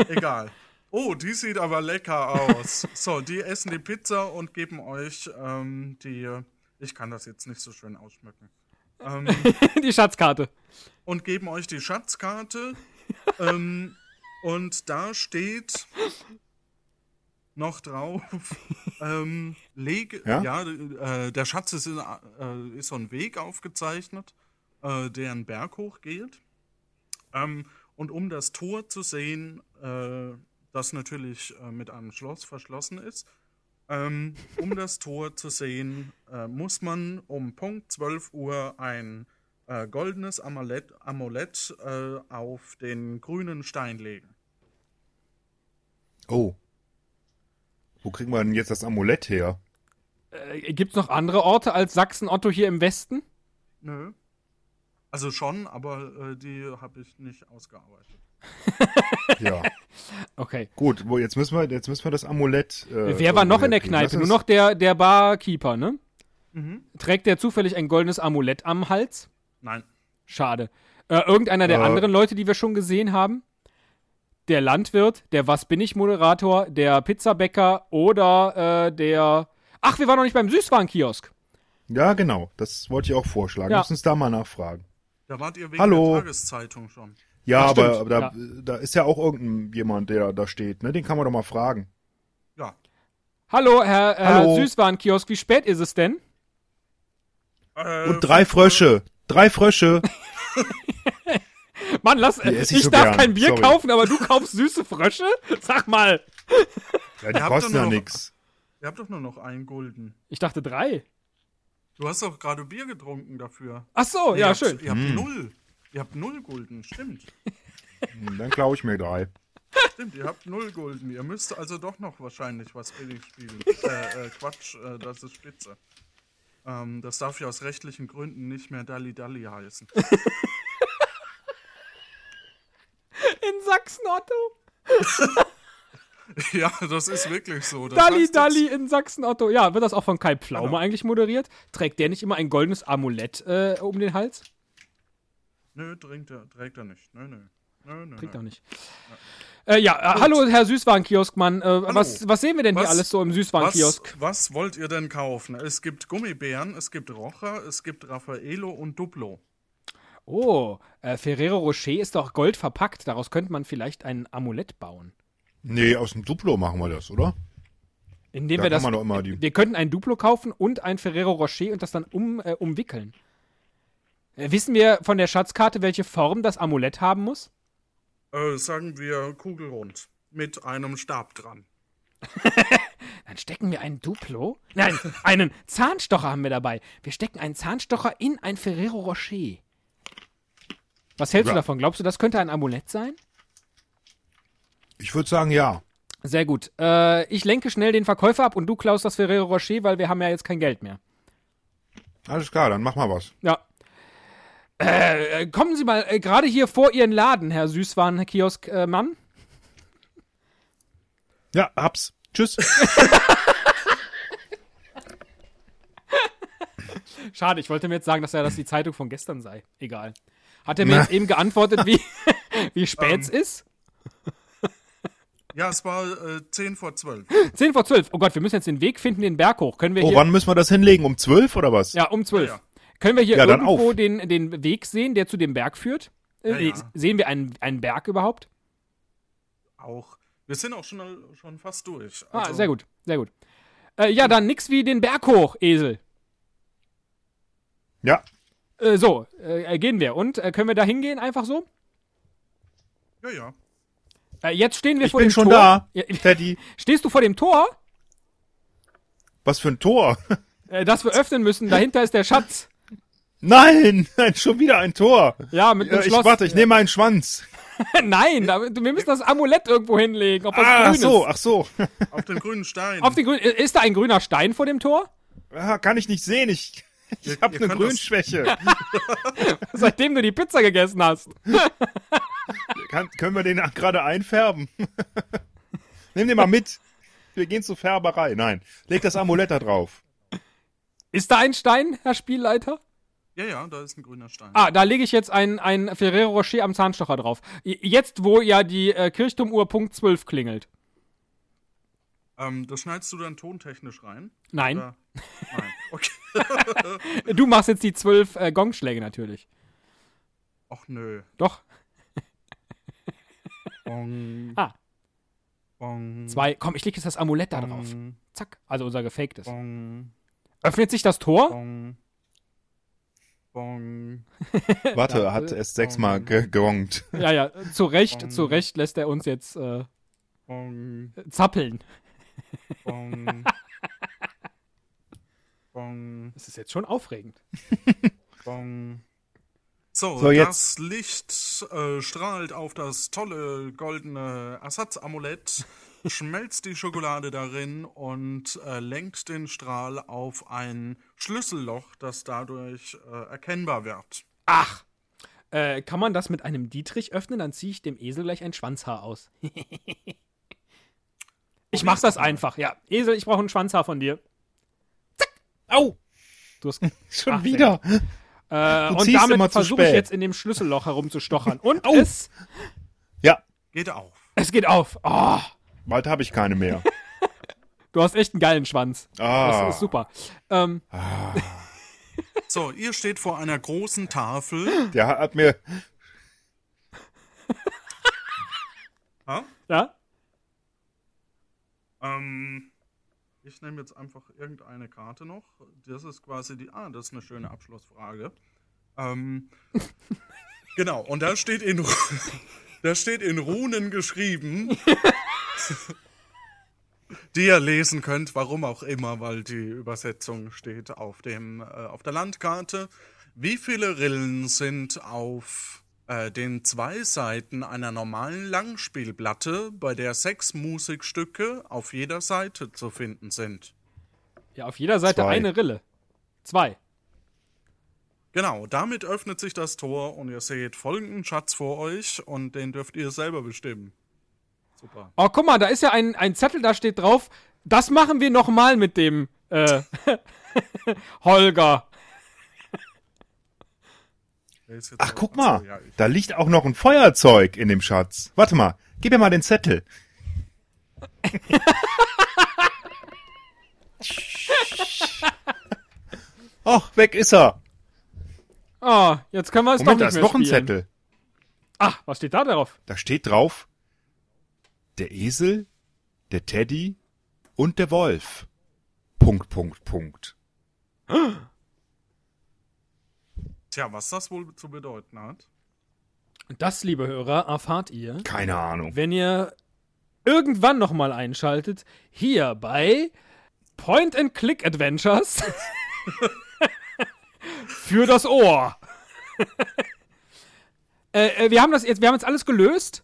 Egal. Oh, die sieht aber lecker aus. So, die essen die Pizza und geben euch ähm, die. Ich kann das jetzt nicht so schön ausschmücken. Ähm, die Schatzkarte. und geben euch die Schatzkarte. ähm, und da steht noch drauf, ähm, leg, Ja? ja, äh, der Schatz ist, in, äh, ist so ein Weg aufgezeichnet, äh, der einen Berg hochgeht. Ähm, und um das Tor zu sehen, äh, das natürlich äh, mit einem Schloss verschlossen ist, ähm, um das Tor zu sehen, äh, muss man um Punkt 12 Uhr ein äh, goldenes Amulett, Amulett äh, auf den grünen Stein legen. Oh. Wo kriegen wir denn jetzt das Amulett her? Äh, gibt's noch andere Orte als Sachsen-Otto hier im Westen? Nö. Also schon, aber äh, die habe ich nicht ausgearbeitet. Ja. Okay. Gut, wo, jetzt müssen wir, jetzt müssen wir das Amulett. Äh, Wer war noch in der kriegen. Lass Kneipe? Nur uns- noch der, der Barkeeper, ne? Mhm. Trägt der zufällig ein goldenes Amulett am Hals? Nein. Schade. Äh, irgendeiner der Äh. anderen Leute, die wir schon gesehen haben? Der Landwirt, der Was bin ich Moderator, der Pizzabäcker oder äh, der. Ach, wir waren noch nicht beim Süßwarenkiosk. Ja, genau. Das wollte ich auch vorschlagen. Ja. Lass uns da mal nachfragen. Da wart ihr wegen Hallo. der Tageszeitung schon. Ja, Ja, aber, stimmt. aber da, da ist ja auch irgendjemand, der da steht. Ne? Den kann man doch mal fragen. Ja. Hallo, Herr, Herr Hallo. Süßwarenkiosk, wie spät ist es denn? Äh, Und drei Frösche. Drei Frösche. Mann, lass, Die ich esse ich so darf gern. kein Bier Sorry. kaufen, aber du kaufst süße Frösche? Sag mal. Ja, die Ihr habt kosten doch ja noch- nix. Ihr habt doch nur noch einen Gulden. Ich dachte drei. Du hast doch gerade Bier getrunken dafür. Ach so, ihr Oh, ja, habt, schön. Ihr habt Hm. null. Ihr habt null Gulden, stimmt. Hm, Dann klaue ich mir drei. Stimmt, ihr habt null Gulden. Ihr müsst also doch noch wahrscheinlich was billig spielen. äh, äh, Quatsch, äh, das ist Spitze. Ähm, das darf ja aus rechtlichen Gründen nicht mehr Dalli Dalli heißen. In Sachsen, Otto. ja, das ist wirklich so. Das Dalli, heißt jetzt- Dalli in Sachsen, Otto. Ja, wird das auch von Kai Pflaume Genau. eigentlich moderiert? Trägt der nicht immer ein goldenes Amulett äh, um den Hals? Nö, trinkt er, trägt er nicht. Nö, nö. Nö, nö, Trägt nö. auch nicht. Äh, ja, äh, hallo, Herr Süßwarenkioskmann. Äh, was, was sehen wir denn hier Was- alles so im Was, Süßwarenkiosk? was wollt ihr denn kaufen? Es gibt Gummibären, es gibt Rocher, es gibt Raffaello und Duplo. Oh, äh, Ferrero Rocher ist doch gold verpackt. Daraus könnte man vielleicht ein Amulett bauen. Nee, aus dem Duplo machen wir das, oder? Indem Da wir kann das. man doch immer die- Wir könnten ein Duplo kaufen und ein Ferrero Rocher und das dann um, äh, umwickeln. Äh, wissen wir von der Schatzkarte, welche Form das Amulett haben muss? Äh, sagen wir kugelrund. Mit einem Stab dran. Dann stecken wir einen Duplo. Nein, einen Zahnstocher haben wir dabei. Wir stecken einen Zahnstocher in ein Ferrero Rocher. Was hältst du Ja. davon? Glaubst du, das könnte ein Amulett sein? Ich würde sagen, ja. Sehr gut. Äh, ich lenke schnell den Verkäufer ab und du klaust das Ferrero Rocher, weil wir haben ja jetzt kein Geld mehr. Alles klar, dann mach mal was. Ja. Äh, äh, kommen Sie mal äh, gerade hier vor Ihren Laden, Herr Süßwaren-Kiosk-Mann. Ja, hab's. Tschüss. Schade, ich wollte mir jetzt sagen, dass er das die Zeitung von gestern sei. Egal. Hat er mir jetzt eben geantwortet, wie, wie spät es ist? Ja, es war äh, 10 vor 12. 10 vor 12. Oh Gott, wir müssen jetzt den Weg finden, den Berg hoch. Können wir Oh, hier. wann müssen wir das hinlegen? Um zwölf oder was? Ja, um 12. Ja, ja. Können wir hier Ja, dann irgendwo auf. den, den Weg sehen, der zu dem Berg führt? Äh, Ja, ja. se- Sehen wir einen, einen Berg überhaupt? Auch. Wir sind auch schon, schon fast durch. Ah, Also, sehr gut, sehr gut. Äh, ja, dann nix wie den Berg hoch, Esel. Ja. Äh, so, äh, gehen wir. Und äh, können wir da hingehen, einfach so? Ja, ja. Äh, jetzt stehen wir Ich vor bin dem schon Tor. da. Ja, Teddy, stehst du vor dem Tor, was für ein Tor? äh, das wir öffnen müssen? Dahinter ist der Schatz. Nein, nein, schon wieder ein Tor. Ja, mit Ja, einem ich Schloss. warte, ich nehme einen Schwanz. Nein, da, wir müssen das Amulett irgendwo hinlegen. Ob was Ah, ach Grünes. so, ach so. Auf den grünen Stein. Auf den Grün, ist da ein grüner Stein vor dem Tor? Ah, Kann ich nicht sehen, ich, ich Ihr- habe ihr eine könnt das- Grünschwäche. Seitdem du die Pizza gegessen hast. Kann, können wir den gerade einfärben? Nimm den mal mit. Wir gehen zur Färberei. Nein, leg das Amulett da drauf. Ist da ein Stein, Herr Spielleiter? ja, ja, da ist ein grüner Stein. Ah, da lege ich jetzt ein, ein Ferrero Rocher am Zahnstocher drauf. J- Jetzt, wo ja die äh, Kirchturmuhr Punkt 12 klingelt. Ähm, das schneidest du dann tontechnisch rein? Nein, Oder? Nein. Okay. du machst jetzt die 12 äh, Gongschläge natürlich. Ach nö. Doch, Bong. Ah. Bong. zwei. Komm, ich lege jetzt das Amulett da drauf. Bong. Zack, also unser gefaktes. Bong. Öffnet sich das Tor? Bong. Bong. Warte, er hat es Oh sechsmal ge gegongt. Ja, ja, zu Recht, zu Recht lässt er uns jetzt äh, Bong. zappeln. Bong. Bong. Das ist jetzt schon aufregend. Bong. So, So, jetzt- das Licht äh, strahlt auf das tolle goldene Ersatzamulett, schmelzt die Schokolade darin und äh, lenkt den Strahl auf ein Schlüsselloch, das dadurch äh, erkennbar wird. Ach, äh, kann man das mit einem Dietrich öffnen? Dann ziehe ich dem Esel gleich ein Schwanzhaar aus. ich mach das einfach, ja. Esel, ich brauche ein Schwanzhaar von dir. Au! Du hast, Schon Ach, wieder. äh, und ziehst immer damit zu versuche ich spät. jetzt in dem Schlüsselloch herumzustochern. Und es, Ja, Geht auf. es geht auf. Oh, bald habe ich keine mehr. du hast echt einen geilen Schwanz. Ah. Das ist super. Ähm, So, ihr steht vor einer großen Tafel. Der hat mir. Ja? ja? Ähm, ich nehme jetzt einfach irgendeine Karte noch. Das ist quasi die. Ah, das ist eine schöne Abschlussfrage. Ähm, Genau, und da steht in, Ru- da steht in Runen geschrieben, die ihr lesen könnt, warum auch immer, weil die Übersetzung steht auf, dem, äh, auf der Landkarte. Wie viele Rillen sind auf äh, den zwei Seiten einer normalen Langspielplatte, bei der sechs Musikstücke auf jeder Seite zu finden sind? Ja, auf jeder Seite Zwei. eine Rille. Zwei. Genau, damit öffnet sich das Tor und ihr seht folgenden Schatz vor euch und den dürft ihr selber bestimmen. Super. Oh, guck mal, da ist ja ein, ein Zettel, da steht drauf, das machen wir nochmal mit dem äh, Holger. Der ist jetzt Ach, aber- guck Ach so, mal, ja, ich- da liegt auch noch ein Feuerzeug in dem Schatz. Warte mal, gib mir mal den Zettel. Och, weg ist er. Oh, jetzt können wir es Moment, da doch nicht ist mehr noch ein spielen. Zettel. Ach, was steht da drauf? Da steht drauf, der Esel, der Teddy und der Wolf. Punkt, Punkt, Punkt. Tja, was das wohl zu bedeuten hat. Und das, liebe Hörer, erfahrt ihr, Keine Ahnung. wenn ihr irgendwann nochmal einschaltet, hier bei Point-and-Click-Adventures für das Ohr. äh, äh, wir haben das jetzt, wir haben jetzt alles gelöst.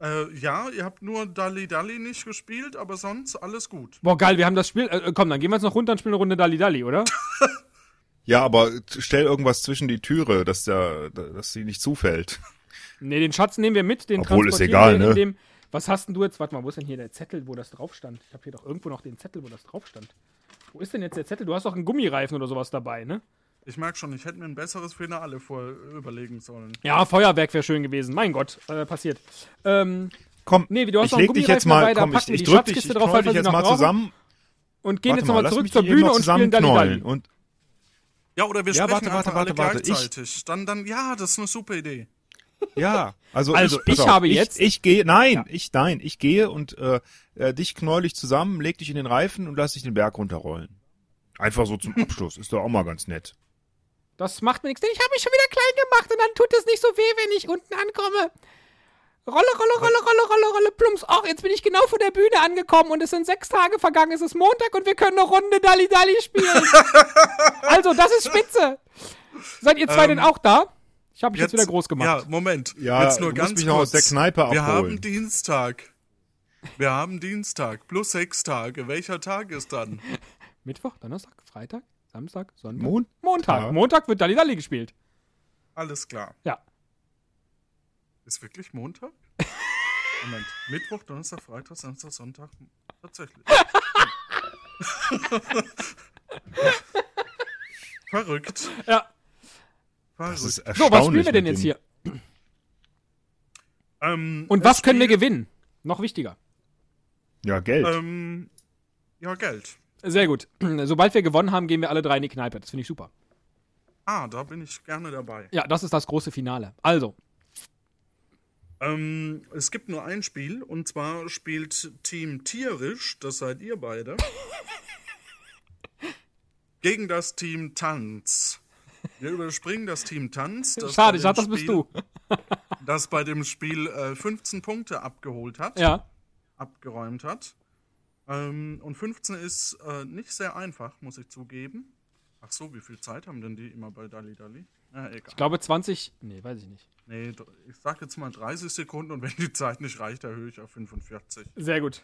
Äh, ja, ihr habt nur Dalli Dalli nicht gespielt, aber sonst alles gut. Boah, geil, wir haben das Spiel. Äh, komm, dann gehen wir jetzt noch runter und spielen eine Runde Dalli Dalli, oder? Ja, aber stell irgendwas zwischen die Türe, dass der, dass sie nicht zufällt. Nee, den Schatz nehmen wir mit, den Obwohl, ist transportieren egal, wir in ne? Dem, was hast denn du jetzt? Warte mal, wo ist denn hier der Zettel, wo das drauf stand? Ich habe hier doch irgendwo noch den Zettel, wo das drauf stand. Wo ist denn jetzt der Zettel? Du hast doch einen Gummireifen oder sowas dabei, ne? Ich merke schon, ich hätte mir ein besseres Finale vor äh, überlegen sollen. Ja, Feuerwerk wäre schön gewesen. Mein Gott, äh, passiert. Ähm, Komm, Nee, du hast ich noch einen leg dich jetzt Gummireifen mal, dabei, da komm, ich, packen wir ich die drück dich, ich Schatzkiste drauf, knoll falls dich wir jetzt noch mal brauchen. zusammen. und gehen Warte mal, jetzt nochmal lass zurück mich zur die eben Bühne noch und spielen Dalli zusammenknollen Dalli. Und Ja, oder wir Ja, sprechen warte, warte, einfach alle warte, warte, ich- gleichzeitig. Dann, dann, ja, das ist eine super Idee. Ja, also, Also, pass ich habe jetzt- Ich, ich gehe, nein, ich nein, ich gehe und äh, äh, dich knoll ich zusammen, leg dich in den Reifen und lass dich den Berg runterrollen. Einfach so zum Abschluss, ist doch auch mal ganz nett. Das macht mir nichts. Ich habe mich schon wieder klein gemacht und dann tut es nicht so weh, wenn ich unten ankomme. Rolle, Rolle, Rolle, Rolle, Rolle, Rolle, plumps. Och, jetzt bin ich genau vor der Bühne angekommen und es sind sechs Tage vergangen. Es ist Montag und wir können eine Runde Dalli Dalli spielen. also, das ist spitze. Seid ihr zwei denn auch da? Ich habe mich jetzt, wieder groß gemacht. Ähm, Ja, Moment. Ja, jetzt nur du musst ganz mich noch kurz. aus der Kneipe abholen. Wir haben Dienstag. Wir haben Dienstag. Plus sechs Tage. Welcher Tag ist dann? Mittwoch, Donnerstag, Freitag, Samstag, Sonntag. Mon- Montag. Ja. Montag wird Dalli Dalli gespielt. Alles klar. Ja. Ist wirklich Montag? Moment. Mittwoch, Donnerstag, Freitag, Samstag, Sonntag. Tatsächlich. Verrückt. Ja. Das ist Verrückt. So, erstaunlich. was spielen wir denn mit jetzt dem- hier? Ähm, Und es was können wir spielt, gewinnen? Noch wichtiger. Ja, Geld. Ähm, ja, Geld. Sehr gut. Sobald wir gewonnen haben, gehen wir alle drei in die Kneipe. Das finde ich super. Ah, da bin ich gerne dabei. Ja, das ist das große Finale. Also, Ähm, es gibt nur ein Spiel und zwar spielt Team Tierisch, das seid ihr beide, gegen das Team Tanz. Wir überspringen das Team Tanz. Das bei schade, dem schade, das bist Spiel, du. Das bei dem Spiel äh, 15 Punkte abgeholt hat, Ja. abgeräumt hat. Ähm, und 15 ist äh, nicht sehr einfach, muss ich zugeben. Ach so, wie viel Zeit haben denn die immer bei Dali Dali? Na, egal. Ich glaube 20. Nee, weiß ich nicht. Nee, d- ich sag jetzt mal 30 Sekunden und wenn die Zeit nicht reicht, erhöhe ich auf 45. Sehr gut.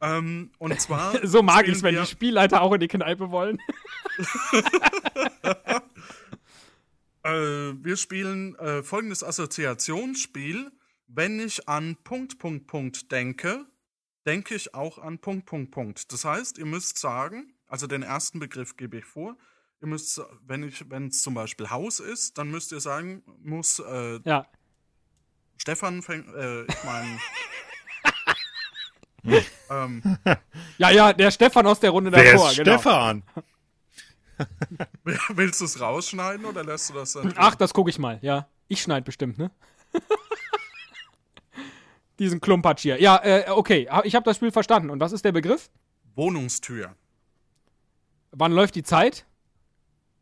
ähm, und zwar. So mag ich es, wenn spielen die wir- Spielleiter auch in die Kneipe wollen. Äh, wir spielen äh, folgendes Assoziationsspiel. Wenn ich an Punkt, Punkt, Punkt denke, denke ich auch an Punkt, Punkt, Punkt. Das heißt, ihr müsst sagen, also den ersten Begriff gebe ich vor. Ihr müsst, wenn ich, wenn es zum Beispiel Haus ist, dann müsst ihr sagen, muss äh, Ja. Stefan fängt, äh, ich meine, ähm, Ja, ja, der Stefan aus der Runde Wer davor. ist genau. Stefan? Willst du es rausschneiden oder lässt du das dann? drin? Ach, das gucke ich mal. Ja. Ich schneide bestimmt, ne? Diesen Klumpatsch hier. Ja, äh, okay. Ha- Ich habe das Spiel verstanden. Und was ist der Begriff? Wohnungstür. Wann läuft die Zeit?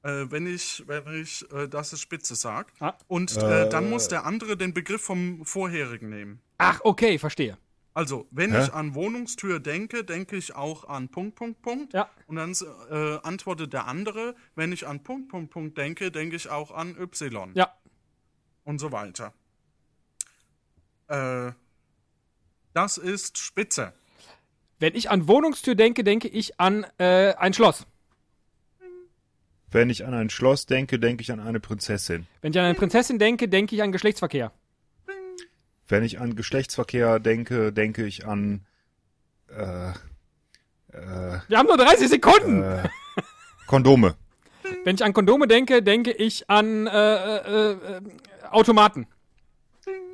äh, wenn ich, wenn ich äh, das ist Spitze sag. Ah. Und äh, dann muss der andere den Begriff vom vorherigen nehmen. Ach, okay, verstehe. Also, wenn Hä? ich an Wohnungstür denke, denke ich auch an Punkt, Punkt, Punkt. Ja. Und dann äh, antwortet der andere, wenn ich an Punkt, Punkt, Punkt denke, denke ich auch an Y. Ja. Und so weiter. Äh, das ist Spitze. Wenn ich an Wohnungstür denke, denke ich an äh, ein Schloss. Wenn ich an ein Schloss denke, denke ich an eine Prinzessin. Wenn ich an eine Prinzessin denke, denke ich an Geschlechtsverkehr. Wenn ich an Geschlechtsverkehr denke, denke ich an Wir haben nur 30 Sekunden. Kondome. Wenn ich an Kondome denke, denke ich an äh, äh, äh, Automaten.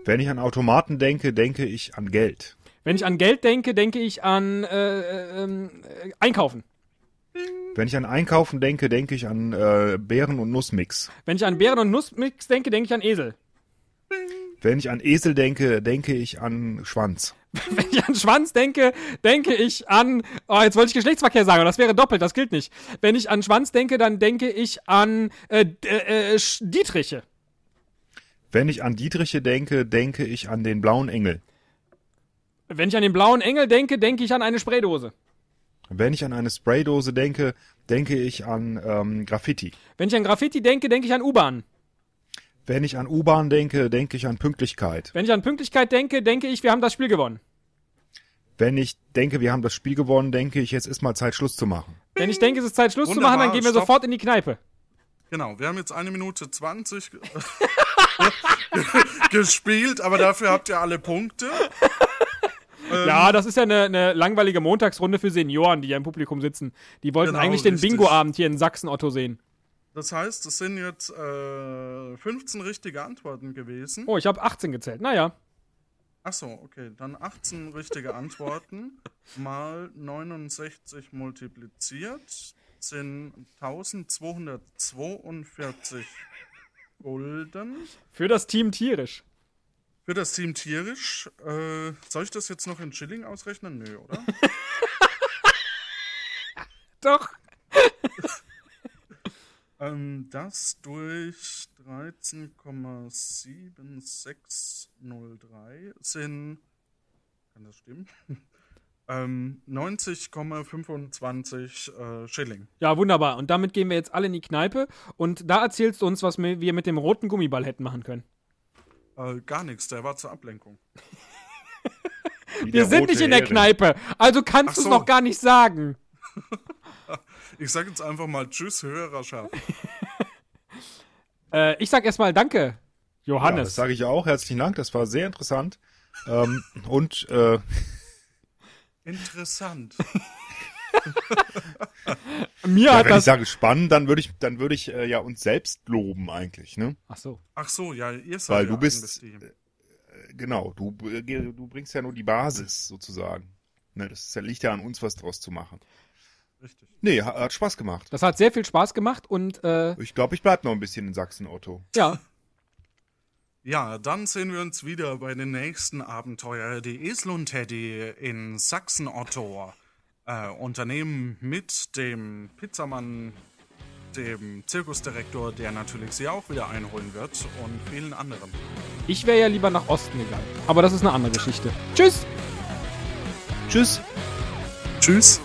Wenn ich an Automaten denke, denke ich an Geld. Wenn ich an Geld denke, denke ich an äh, äh, ähm, äh, Einkaufen. Wenn ich an Einkaufen denke, denke ich an äh, Beeren- und Nussmix. Wenn ich an Beeren- und Nussmix denke, denke ich an Esel. Wenn ich an Esel denke, denke ich an Schwanz. Wenn ich an Schwanz denke, denke ich an. Oh, jetzt wollte ich Geschlechtsverkehr sagen, aber das wäre doppelt, das gilt nicht. Wenn ich an Schwanz denke, dann denke ich an äh, D- äh, äh, Sch- Dietriche. Wenn ich an Dietriche denke, denke ich an den blauen Engel. Wenn ich an den blauen Engel denke, denke ich an eine Spraydose. Wenn ich an eine Spraydose denke, denke ich an ähm, Graffiti. Wenn ich an Graffiti denke, denke ich an U-Bahn. Wenn ich an U-Bahn denke, denke ich an Pünktlichkeit. Wenn ich an Pünktlichkeit denke, denke ich, wir haben das Spiel gewonnen. Wenn ich denke, wir haben das Spiel gewonnen, denke ich, jetzt ist mal Zeit, Schluss zu machen. Wenn ich denke, es ist Zeit, Schluss zu machen, dann Wunderbar, gehen wir stopp. sofort in die Kneipe. Genau, wir haben jetzt eine Minute 20 gespielt, aber dafür habt ihr alle Punkte. Ja, das ist ja eine, eine langweilige Montagsrunde für Senioren, die ja im Publikum sitzen. Die wollten Genau, eigentlich den richtig. Bingo-Abend hier in Sachsen-Otto sehen. Das heißt, es sind jetzt äh, 15 richtige Antworten gewesen. Oh, ich habe 18 gezählt. Naja. Achso, okay. Dann 18 richtige Antworten mal 69 multipliziert sind 1242 Gulden. Für das Team tierisch. Für das Team tierisch. Äh, soll ich das jetzt noch in Schilling ausrechnen? Nö, oder? Doch. ähm, das durch 13,7603 sind. Kann das stimmen? ähm, 90,25 äh, Schilling. Ja, wunderbar. Und damit gehen wir jetzt alle in die Kneipe. Und da erzählst du uns, was mi- wir mit dem roten Gummiball hätten machen können. Äh, gar nichts, der war zur Ablenkung. Wie Wir sind rote nicht in der Hering. Kneipe. Also kannst Ach du es so. noch gar nicht sagen. Ich sag jetzt einfach mal Tschüss, Hörerschaft. Äh, ich sag erstmal Danke, Ja, das Johannes. sage ich auch. Herzlichen Dank, das war sehr interessant. ähm, und äh, Interessant. Mir ja, hat wenn ich das. sage spannend, dann würde ich, dann würde ich äh, ja uns selbst loben eigentlich. Ne? Ach so. Ach so, ja, ihr seid Weil ja du bist- eigentlich die- Äh, Genau, du, äh, du bringst ja nur die Basis sozusagen. Ne, das ist ja- liegt ja an uns, was draus zu machen. Richtig. Nee, ha- hat Spaß gemacht. Das hat sehr viel Spaß gemacht und äh, Ich glaube, ich bleib noch ein bisschen in Sachsen, Otto. ja. Ja, dann sehen wir uns wieder bei den nächsten Abenteuer. Die Esel und Teddy in Sachsen-Otto. Äh, Unternehmen mit dem Pizzamann, dem Zirkusdirektor, der natürlich sie auch wieder einholen wird und vielen anderen. Ich wäre ja lieber nach Osten gegangen. Aber das ist eine andere Geschichte. Tschüss! Tschüss. Tschüss.